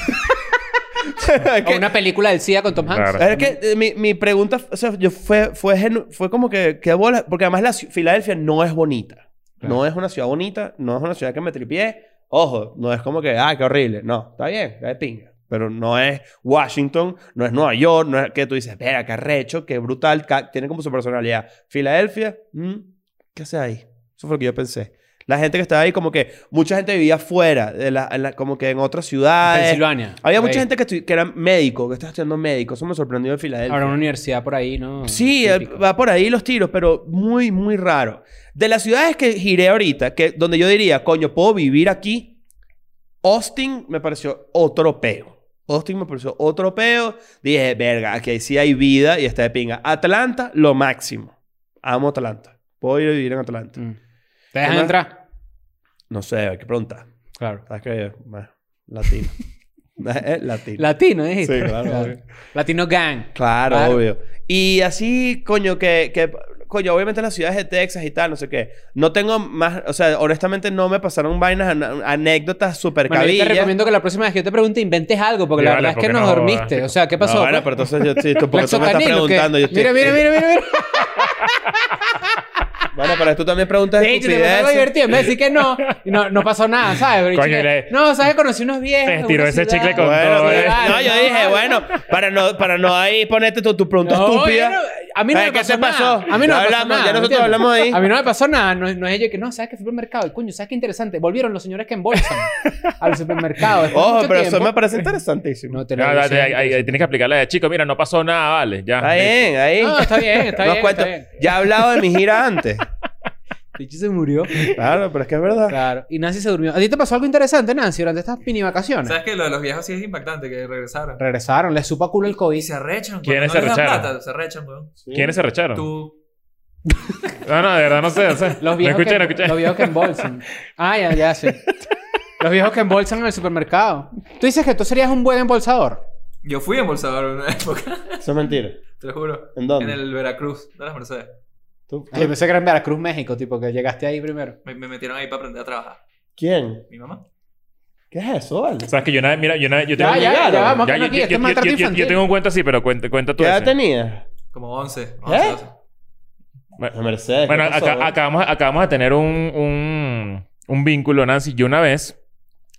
Speaker 3: Es
Speaker 4: O
Speaker 3: que-
Speaker 4: una película del SIDA con Tom Hanks.
Speaker 2: Claro.
Speaker 3: Es que eh, mi, mi pregunta, o sea, yo fue, fue, genu- fue como que, ¿qué bola? Porque además la ci- Filadelfia no es bonita. No es una ciudad bonita, no es una ciudad que me tripié. Ojo, no es como que, ah, qué horrible. No, está bien, está de pinga. Pero no es Washington, no es Nueva York, no es que tú dices, espera, qué recho, qué brutal, ca- tiene como su personalidad. Filadelfia, mm, ¿qué hace ahí? Eso fue lo que yo pensé. La gente que estaba ahí, como que mucha gente vivía afuera, de la- en la- como que en otras ciudades.
Speaker 4: Pensilvania.
Speaker 3: Había
Speaker 4: Por
Speaker 3: mucha
Speaker 4: ahí.
Speaker 3: gente que, estu- que era médico, que estaba estudiando médico. Eso me sorprendió de Filadelfia.
Speaker 4: Habrá una universidad por ahí, ¿no?
Speaker 3: Sí, eh,
Speaker 4: Típico.
Speaker 3: va por ahí los tiros, pero muy, muy raro. De las ciudades que giré ahorita, que donde yo diría, coño, puedo vivir aquí, Austin me pareció otro peo. Austin me pareció otro peo. Dije, verga, aquí sí hay vida y está de pinga. Atlanta, lo máximo. Amo Atlanta. Puedo ir a vivir en Atlanta.
Speaker 4: Mm. ¿Te dejan
Speaker 3: Además-
Speaker 4: entrar?
Speaker 3: No sé, hay que preguntar.
Speaker 4: Claro.
Speaker 3: Sabes que, bueno, latino. Eh, latino.
Speaker 4: Latino, dijiste.
Speaker 3: Sí, claro, obvio.
Speaker 4: Latino gang.
Speaker 3: Claro,
Speaker 4: Claro.
Speaker 3: obvio. Y así, coño, que, que- Coño, obviamente las ciudades de Texas y tal, no sé qué. No tengo más... O sea, honestamente no me pasaron vainas, an- anécdotas súper
Speaker 4: Bueno, yo te
Speaker 3: cabillas.
Speaker 4: recomiendo que la próxima vez que yo te pregunte inventes algo, porque
Speaker 2: Sí,
Speaker 4: la
Speaker 2: vale,
Speaker 4: verdad es que
Speaker 2: porque
Speaker 4: nos
Speaker 2: no,
Speaker 4: dormiste.
Speaker 2: chico.
Speaker 4: O sea, ¿qué pasó? pues.
Speaker 3: No, bueno, pero entonces yo... Sí, tú, porque tú me estás
Speaker 4: ¿Laxocanil o qué?
Speaker 3: preguntando. Yo estoy-
Speaker 4: Mira, mira, mira, mira. mira.
Speaker 3: Bueno, pero tú también preguntas
Speaker 4: De hecho, te pasó algo
Speaker 3: estupideces.
Speaker 4: divertido. En vez de decir que no, y no, no pasó nada, ¿sabes? Pero
Speaker 2: Coño,
Speaker 4: chica,
Speaker 2: le-
Speaker 4: No, ¿sabes? Conocí unos viejos.
Speaker 2: Te estiró
Speaker 4: una
Speaker 2: ese
Speaker 4: ciudad.
Speaker 2: chicle con
Speaker 3: Bueno,
Speaker 2: todo,
Speaker 3: pero-
Speaker 2: ¿eh?
Speaker 3: no, yo dije, bueno, para no, para no ahí ponerte tu, tu pregunta
Speaker 4: No,
Speaker 3: estúpida.
Speaker 4: yo no- a mí no
Speaker 3: Eh,
Speaker 4: me
Speaker 3: ¿qué
Speaker 4: pasó
Speaker 3: te
Speaker 4: nada.
Speaker 3: pasó?
Speaker 4: A mí
Speaker 3: Ya
Speaker 4: no me pasó
Speaker 3: hablamos, ya
Speaker 4: nada, ¿me
Speaker 3: nosotros
Speaker 4: entiendes?
Speaker 3: hablamos ahí.
Speaker 4: A mí no me pasó nada. No, no es yo que no, ¿sabes? Que fui al mercado. Y coño, ¿sabes qué interesante? Volvieron los señores que embolsan al supermercado. después de
Speaker 3: Ojo,
Speaker 4: mucho
Speaker 3: pero eso
Speaker 4: tiempo.
Speaker 3: me parece interesantísimo.
Speaker 4: No te lo
Speaker 2: Ya, ya,
Speaker 4: dicen.
Speaker 2: ya, ahí- ahí Tienes que aplicarle de chico. Mira, no pasó nada, vale. Ya.
Speaker 3: Está bien, ahí.
Speaker 4: Ah, No, está bien, está
Speaker 3: No
Speaker 4: bien.
Speaker 3: cuento.
Speaker 4: está bien.
Speaker 3: Ya he hablado de mi gira antes.
Speaker 4: Richie se murió.
Speaker 3: Claro, pero es que es verdad.
Speaker 4: Claro. Y Nancy se durmió. ¿A ti te pasó algo interesante, Nancy, durante estas mini vacaciones?
Speaker 5: ¿Sabes que lo de los viejos sí es impactante que regresaron?
Speaker 4: Regresaron, les supo a culo el
Speaker 5: Y
Speaker 4: COVID.
Speaker 5: se arrechan,
Speaker 2: ¿Quiénes
Speaker 5: cuando
Speaker 2: se
Speaker 5: no les dan
Speaker 2: arrecharon?
Speaker 5: plata, se arrechan, weón.
Speaker 2: ¿Quiénes se recharon?
Speaker 5: Tú.
Speaker 2: No, no, de verdad no sé. No sé.
Speaker 4: Los
Speaker 2: no
Speaker 4: viejos,
Speaker 2: escuché,
Speaker 4: que,
Speaker 2: no escuché.
Speaker 4: los viejos que embolsan. Ah, ya, ya, sí. Los viejos que embolsan en el supermercado. Tú dices que tú serías un buen embolsador.
Speaker 5: Yo fui embolsador en una época,
Speaker 3: Eso es mentira.
Speaker 5: te lo juro.
Speaker 3: ¿En dónde?
Speaker 5: En el Veracruz, de las Mercedes.
Speaker 3: ¿Tú?
Speaker 4: Yo pensé que era en Veracruz, México, tipo, que llegaste ahí primero.
Speaker 5: Me, me metieron ahí para aprender a trabajar.
Speaker 3: ¿Quién?
Speaker 5: Mi mamá.
Speaker 3: ¿Qué es eso, vale?
Speaker 2: Sabes que yo una vez, mira, yo una vez, yo tengo,
Speaker 4: ya, ya,
Speaker 3: llegaron.
Speaker 4: ya, vamos
Speaker 2: Ya,
Speaker 4: con
Speaker 2: yo,
Speaker 4: aquí.
Speaker 2: yo-
Speaker 4: Esto es
Speaker 2: yo-
Speaker 4: maltrato
Speaker 2: yo- yo- yo
Speaker 4: infantil.
Speaker 2: tengo un cuento así, pero cuenta, cuenta tú.
Speaker 3: ¿Qué edad
Speaker 2: ese.
Speaker 3: tenías?
Speaker 5: Como 11. 11
Speaker 3: ¿Eh?
Speaker 5: 12.
Speaker 3: La Mercedes. ¿qué
Speaker 2: Bueno,
Speaker 3: pasó,
Speaker 2: acá-
Speaker 3: güey?
Speaker 2: acabamos, acabamos de tener un, un, un vínculo, Nancy. Yo una vez,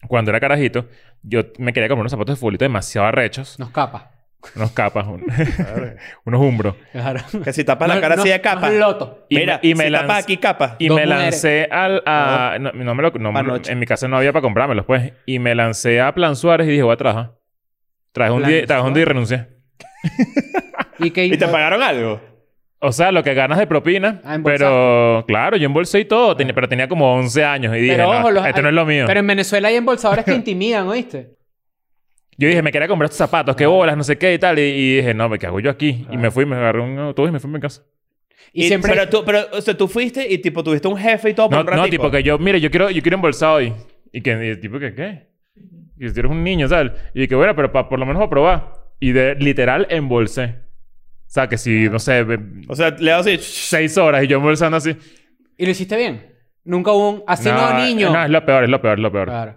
Speaker 2: cuando era carajito, yo me quería comprar unos zapatos de futbolito demasiado arrechos.
Speaker 4: Nos capa.
Speaker 2: Unos capas, un- unos umbros.
Speaker 4: Claro.
Speaker 3: Que si tapas la cara
Speaker 4: No,
Speaker 3: así de
Speaker 4: no,
Speaker 3: capa.
Speaker 4: no, loto.
Speaker 2: Y
Speaker 3: Mira,
Speaker 2: me- y
Speaker 3: si
Speaker 2: me
Speaker 3: tapas
Speaker 2: lanz-
Speaker 3: aquí capa.
Speaker 2: Y
Speaker 4: Dos
Speaker 2: me
Speaker 4: mujeres.
Speaker 2: lancé al... A, no, no me lo, no me lo-
Speaker 3: Panocha.
Speaker 2: en mi casa no había para comprármelos, pues. Y me lancé a Plan Suárez y dije, voy a trabajar. Traje un,
Speaker 4: Plan
Speaker 2: día, traje un día y renuncié.
Speaker 4: Y que
Speaker 3: ¿Y te pagaron algo?
Speaker 2: O sea, lo que ganas de propina.
Speaker 4: Ah, embolsaste.
Speaker 2: pero, claro, yo embolsé y todo. tenía- pero tenía como 11 años. Y dije,
Speaker 4: Pero
Speaker 2: no,
Speaker 4: ojo, los-
Speaker 2: esto no es lo mío.
Speaker 4: Pero en Venezuela hay embolsadores que intimidan, ¿oíste?
Speaker 2: Yo dije, me quería comprar estos zapatos,
Speaker 4: Ah.
Speaker 2: qué bolas, no sé qué y tal. Y, y dije, no, ¿qué hago yo aquí? Y me fui, me agarré un autobús y me fui a mi casa.
Speaker 4: Y,
Speaker 3: Y-
Speaker 4: siempre...
Speaker 3: Pero tú, pero, o sea, tú fuiste y tipo tuviste un jefe y todo por
Speaker 2: No,
Speaker 3: un ratito.
Speaker 2: no, tipo que yo, mire, yo quiero, yo quiero embolsar hoy. Y que, y el tipo que, ¿qué? Y si eres un niño, ¿sabes? Y que, bueno, pero pa- por lo menos voy a probar. Y de, literal, embolsé. O sea, que si, no sé, ve-
Speaker 3: O sea, le das así...
Speaker 2: seis horas y yo embolsando así.
Speaker 4: ¿Y lo hiciste bien? Nunca hubo un... Así no, niño.
Speaker 2: No, es lo peor, es lo peor, es lo peor.
Speaker 4: Claro.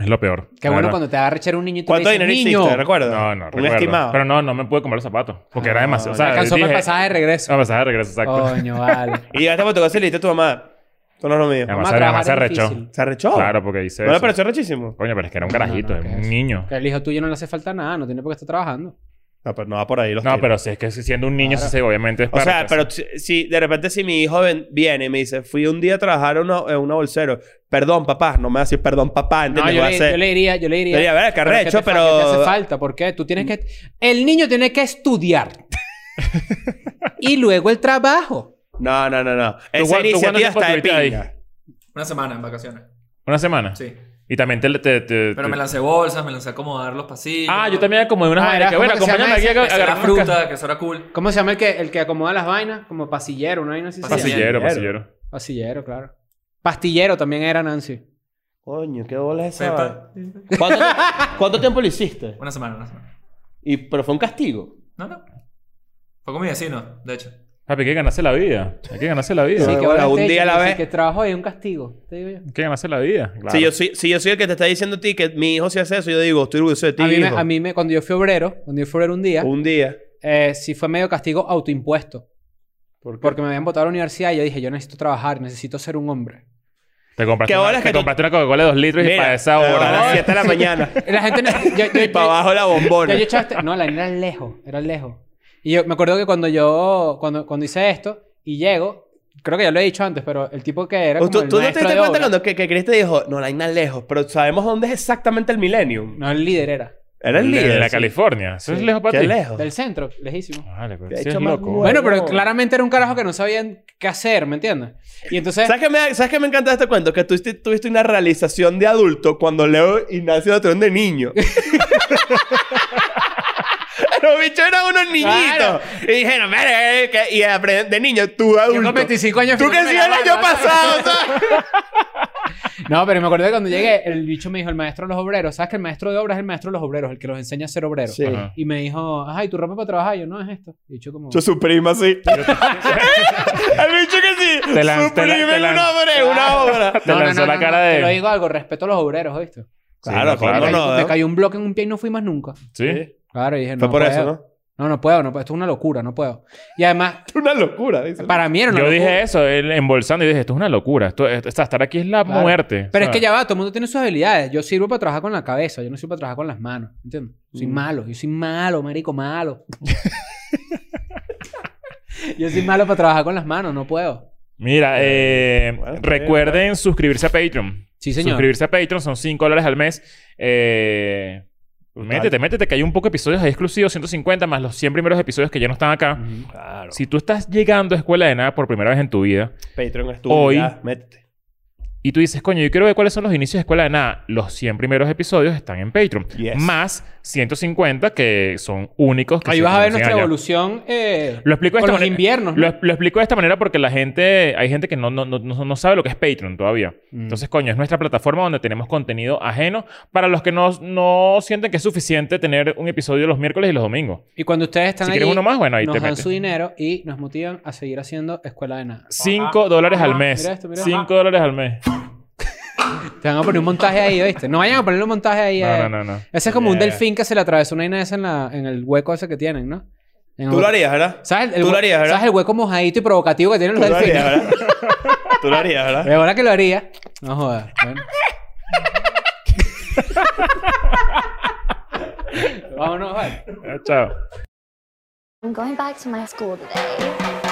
Speaker 2: Es lo peor.
Speaker 4: Qué
Speaker 2: La
Speaker 4: bueno
Speaker 2: verdad.
Speaker 4: cuando te va a rechar un niño y tú
Speaker 3: ¿Cuánto
Speaker 4: le dices,
Speaker 3: dinero
Speaker 4: niño.
Speaker 3: hiciste? ¿Recuerdas?
Speaker 2: No, no,
Speaker 3: Un
Speaker 2: recuerdo.
Speaker 3: estimado.
Speaker 2: Pero no, no me pude comprar los zapatos. Porque era demasiado. O sea,
Speaker 4: Ah, Alcanzó para Oh, el
Speaker 2: dije-
Speaker 4: pasaje de regreso.
Speaker 2: No, pasaje de regreso, exacto.
Speaker 4: Coño, vale.
Speaker 3: Y llegaste para tu casa y le dijiste a tu mamá. Esto no es lo
Speaker 2: Ya,
Speaker 3: mío.
Speaker 4: Vamos
Speaker 2: se-
Speaker 4: a trabajar,
Speaker 2: además se
Speaker 4: es
Speaker 2: arrechó.
Speaker 4: difícil. Oh.
Speaker 3: ¿Se arrechó?
Speaker 2: Claro, porque hice
Speaker 3: ¿No le
Speaker 2: eso.
Speaker 3: pareció rechísimo?
Speaker 2: Coño, pero es que era un
Speaker 4: No, no,
Speaker 2: carajito,
Speaker 4: no,
Speaker 2: era
Speaker 4: ¿qué
Speaker 2: un
Speaker 4: es?
Speaker 2: niño.
Speaker 4: Que el hijo tuyo no le hace falta nada. No tiene por qué estar trabajando.
Speaker 3: No, pero no va por ahí los
Speaker 2: No,
Speaker 3: tiros.
Speaker 2: pero si es que siendo un niño, sí, sí, obviamente es
Speaker 3: O
Speaker 2: para
Speaker 3: sea,
Speaker 2: retrasar.
Speaker 3: pero si, si de repente si mi hijo ven- viene y me dice, fui un día a trabajar en una, en una bolsero. Perdón, papá. No me va a decir perdón, papá.
Speaker 4: No,
Speaker 3: ¿Entiendes?
Speaker 4: yo
Speaker 3: va a
Speaker 4: le,
Speaker 3: hacer-
Speaker 4: yo le diría, yo le diría.
Speaker 3: Yo le diría, "Verga, qué
Speaker 4: ¿qué
Speaker 3: arrecho,
Speaker 4: te fa-
Speaker 3: pero-
Speaker 4: qué te hace falta? Porque tú tienes que... El niño tiene que estudiar. y luego el trabajo.
Speaker 3: No, no, no, no.
Speaker 2: ¿Tú
Speaker 3: Esa
Speaker 2: cuán- tú
Speaker 3: iniciativa
Speaker 2: cuánto tiempo
Speaker 3: está de
Speaker 2: estuviste ahí?
Speaker 3: pinga.
Speaker 5: Una semana en vacaciones.
Speaker 2: Una semana.
Speaker 5: Sí.
Speaker 2: Y también te. te- te-
Speaker 5: Pero
Speaker 2: te-
Speaker 5: me lancé bolsas, me lancé a acomodar los pasillos.
Speaker 2: Ah, yo también era como de unas
Speaker 4: Ah,
Speaker 2: vainas
Speaker 4: era-
Speaker 2: que, bueno,
Speaker 4: ¿cómo que se
Speaker 2: acompáñame aquí
Speaker 4: llama ese?
Speaker 2: a
Speaker 5: Lancé la
Speaker 2: agarrar unas ca-
Speaker 5: fruta, que eso era cool.
Speaker 4: ¿Cómo se llama el que, el que acomoda las vainas? Como pasillero, ¿no? Hay una
Speaker 2: Pasillero,
Speaker 5: Pasillero.
Speaker 2: pasillero.
Speaker 4: Pasillero, claro. Pastillero también era Nancy.
Speaker 3: Coño, qué bola es esa.
Speaker 5: Pepa.
Speaker 3: vale. ¿Cuánto, te- cuánto tiempo lo hiciste?
Speaker 5: Una semana, una semana.
Speaker 3: Y, pero fue un castigo.
Speaker 5: No, no. Fue con mi vecino, de hecho.
Speaker 2: Papi, hay que ganarse la vida. Hay que ganarse la vida.
Speaker 3: Sí,
Speaker 4: que
Speaker 3: bueno,
Speaker 4: ahora
Speaker 3: un
Speaker 4: te
Speaker 3: día a la
Speaker 4: dicen
Speaker 3: vez.
Speaker 4: Que trabajo es un castigo, te digo yo.
Speaker 2: Hay que ganarse la vida. Claro.
Speaker 3: Si, yo soy, si yo soy el que te está diciendo a ti que mi hijo se hace eso, yo digo, estoy orgulloso de ti,
Speaker 4: A mí, me,
Speaker 3: hijo.
Speaker 4: a mí me- cuando yo fui obrero, cuando yo fui obrero un día,
Speaker 3: Un día.
Speaker 4: eh, sí fue medio castigo autoimpuesto.
Speaker 3: ¿Por qué?
Speaker 4: Porque me habían votado a la universidad y yo dije, yo necesito trabajar, necesito ser un hombre.
Speaker 2: Te compraste,
Speaker 3: ¿Qué
Speaker 2: una,
Speaker 3: bolas que
Speaker 2: te
Speaker 3: tú-
Speaker 2: compraste una Coca-Cola de dos litros y para esa
Speaker 3: a las
Speaker 2: hora.
Speaker 3: 7 de la mañana.
Speaker 4: La gente... no- yo- yo-
Speaker 3: y para
Speaker 4: yo-
Speaker 3: abajo la bombona.
Speaker 4: Ya yo echaba este- No, la niña era lejos, era lejos. Y yo me acuerdo que cuando yo, cuando, cuando hice esto y llego, creo que ya lo he dicho antes, pero el tipo que era
Speaker 3: ¿Tú,
Speaker 4: como
Speaker 3: tú
Speaker 4: el
Speaker 3: no te
Speaker 4: maestro
Speaker 3: diste
Speaker 4: de
Speaker 3: cuenta
Speaker 4: obra-
Speaker 3: cuando que, que Chris te dijo, no, la hay nada lejos, pero sabemos dónde es exactamente el Millennium?
Speaker 4: No, el líder era.
Speaker 3: Era el líder.
Speaker 2: De la
Speaker 3: sí.
Speaker 2: California. Eso es
Speaker 4: Sí.
Speaker 2: lejos para
Speaker 3: Qué
Speaker 2: ti.
Speaker 3: lejos.
Speaker 4: Del centro, lejísimo.
Speaker 2: Vale, pero
Speaker 3: Te ha
Speaker 2: sí
Speaker 3: hecho
Speaker 2: es
Speaker 3: más
Speaker 2: loco.
Speaker 3: nuevo.
Speaker 4: Bueno, pero
Speaker 3: Bueno.
Speaker 4: claramente era un carajo que no sabían qué hacer, ¿me entiendes? Y entonces...
Speaker 3: ¿Sabes qué me, ¿Sabes qué me encanta de este cuento? Que tú tuviste- tuviste una realización de adulto cuando Leo y Nancy lo tuvieron de niño. Los bichos eran unos niñitos. Y dijeron, "Verga, eh, que-" y aprend- de niño, tú adulto.
Speaker 4: Yo con 25 años...
Speaker 3: Tú
Speaker 4: fui
Speaker 3: que
Speaker 4: con
Speaker 3: sí
Speaker 4: la
Speaker 3: el año
Speaker 4: banda,
Speaker 3: pasado, ¿sabes?
Speaker 4: No, pero me acuerdo que cuando llegué, el bicho me dijo, el maestro de los obreros, ¿sabes que el maestro de obras es el maestro de los obreros, el que los enseña a ser obreros?
Speaker 3: Sí.
Speaker 2: Ajá.
Speaker 4: Y me dijo, ay, tu ropa para trabajar, Y yo no es esto. Y yo como...
Speaker 3: Yo su prima, sí. el bicho que sí.
Speaker 2: Te lan-
Speaker 3: su
Speaker 2: te lan-
Speaker 3: prima
Speaker 2: te
Speaker 3: en
Speaker 2: lan-
Speaker 3: una obra, una obra.
Speaker 2: Te lanzó la cara de-
Speaker 4: Te lo digo algo, respeto a los obreros, ¿oíste?
Speaker 3: Claro,
Speaker 2: no,
Speaker 3: claro,
Speaker 4: me,
Speaker 2: claro.
Speaker 4: cayó,
Speaker 3: no,
Speaker 4: me
Speaker 3: ¿eh?
Speaker 4: cayó un bloque en un pie y no fui más nunca.
Speaker 2: Sí.
Speaker 4: Claro, y dije, no.
Speaker 3: Fue por
Speaker 4: puedo.
Speaker 3: eso, ¿no?
Speaker 4: No, no puedo, no puedo. Esto es una locura, no puedo. Y además,
Speaker 3: Una locura, dice.
Speaker 4: para mí era una
Speaker 2: Yo
Speaker 4: locura.
Speaker 2: dije eso, él embolsando, y dije, esto es una locura. Esto, esto- estar aquí es la
Speaker 4: Claro.
Speaker 2: muerte.
Speaker 4: Pero es
Speaker 2: ¿sabes?
Speaker 4: que ya va, todo el mundo tiene sus habilidades. Yo sirvo para trabajar con la cabeza, yo no sirvo para trabajar con las manos. ¿Entiendes? Soy
Speaker 2: Mm.
Speaker 4: malo, yo soy malo, marico, malo. yo soy malo para trabajar con las manos, no puedo.
Speaker 2: Mira, eh,
Speaker 3: bueno, está bien,
Speaker 2: recuerden suscribirse a Patreon.
Speaker 4: Sí, señor.
Speaker 2: Suscribirse a Patreon son 5 dólares al mes. Eh, Métete, métete, que hay un poco de episodios ahí exclusivos, 150 más los 100 primeros episodios que ya no están acá.
Speaker 3: Mm.
Speaker 4: Ujú.
Speaker 3: Claro.
Speaker 2: Si tú estás llegando a Escuela de Nada por primera vez en tu vida
Speaker 3: Patreon es tu
Speaker 2: Hoy-
Speaker 3: unidad, Métete.
Speaker 2: y tú dices, coño, yo quiero ver cuáles son los inicios de Escuela de Nada, los 100 primeros episodios están en Patreon.
Speaker 3: Yes.
Speaker 2: Más 150 que son únicos. que
Speaker 4: Ahí
Speaker 2: se
Speaker 4: vas a ver
Speaker 2: consiguen
Speaker 4: nuestra
Speaker 2: allá.
Speaker 4: evolución eh,
Speaker 2: Lo explico de
Speaker 4: con
Speaker 2: esta
Speaker 4: los
Speaker 2: manera-
Speaker 4: inviernos.
Speaker 2: Lo, lo explico de esta manera porque la gente, hay gente que no, no, no, no- no sabe lo que es Patreon todavía.
Speaker 4: Mm.
Speaker 2: Entonces, coño, es nuestra plataforma donde tenemos contenido ajeno para los que no, no sienten que es suficiente tener un episodio los miércoles y los domingos.
Speaker 4: y cuando ustedes están
Speaker 2: Si
Speaker 4: allí,
Speaker 2: quieren uno más, bueno, ahí
Speaker 4: nos
Speaker 2: te
Speaker 4: dan
Speaker 2: metes.
Speaker 4: su dinero y nos motivan a seguir haciendo escuela de nada.
Speaker 2: 5 dólares al
Speaker 4: Ajá,
Speaker 2: mes.
Speaker 4: mira esto, mira.
Speaker 2: 5 dólares al mes.
Speaker 4: Te van a poner un montaje ahí, ¿oíste? No vayan a poner un montaje ahí. eh.
Speaker 2: No, no, no, no.
Speaker 4: Ese es como un
Speaker 3: Yeah.
Speaker 4: delfín que se le atravesó una inés en, la, en el hueco ese que tienen, ¿no? En
Speaker 3: Tú
Speaker 4: el-
Speaker 3: lo harías, ¿verdad?
Speaker 4: ¿Sabes? El,
Speaker 3: Tú lo
Speaker 4: hue-
Speaker 3: harías, ¿verdad?
Speaker 4: ¿Sabes el hueco mojadito y provocativo que tienen
Speaker 3: Tú
Speaker 4: los
Speaker 3: lo harías,
Speaker 4: delfines?
Speaker 3: ¿verdad? Tú lo harías, ¿verdad?
Speaker 4: Pero ahora que lo haría. No jodas. Bueno. Vámonos, vale.
Speaker 2: Ah, Chao. Eh,
Speaker 1: I'm going back to my school today.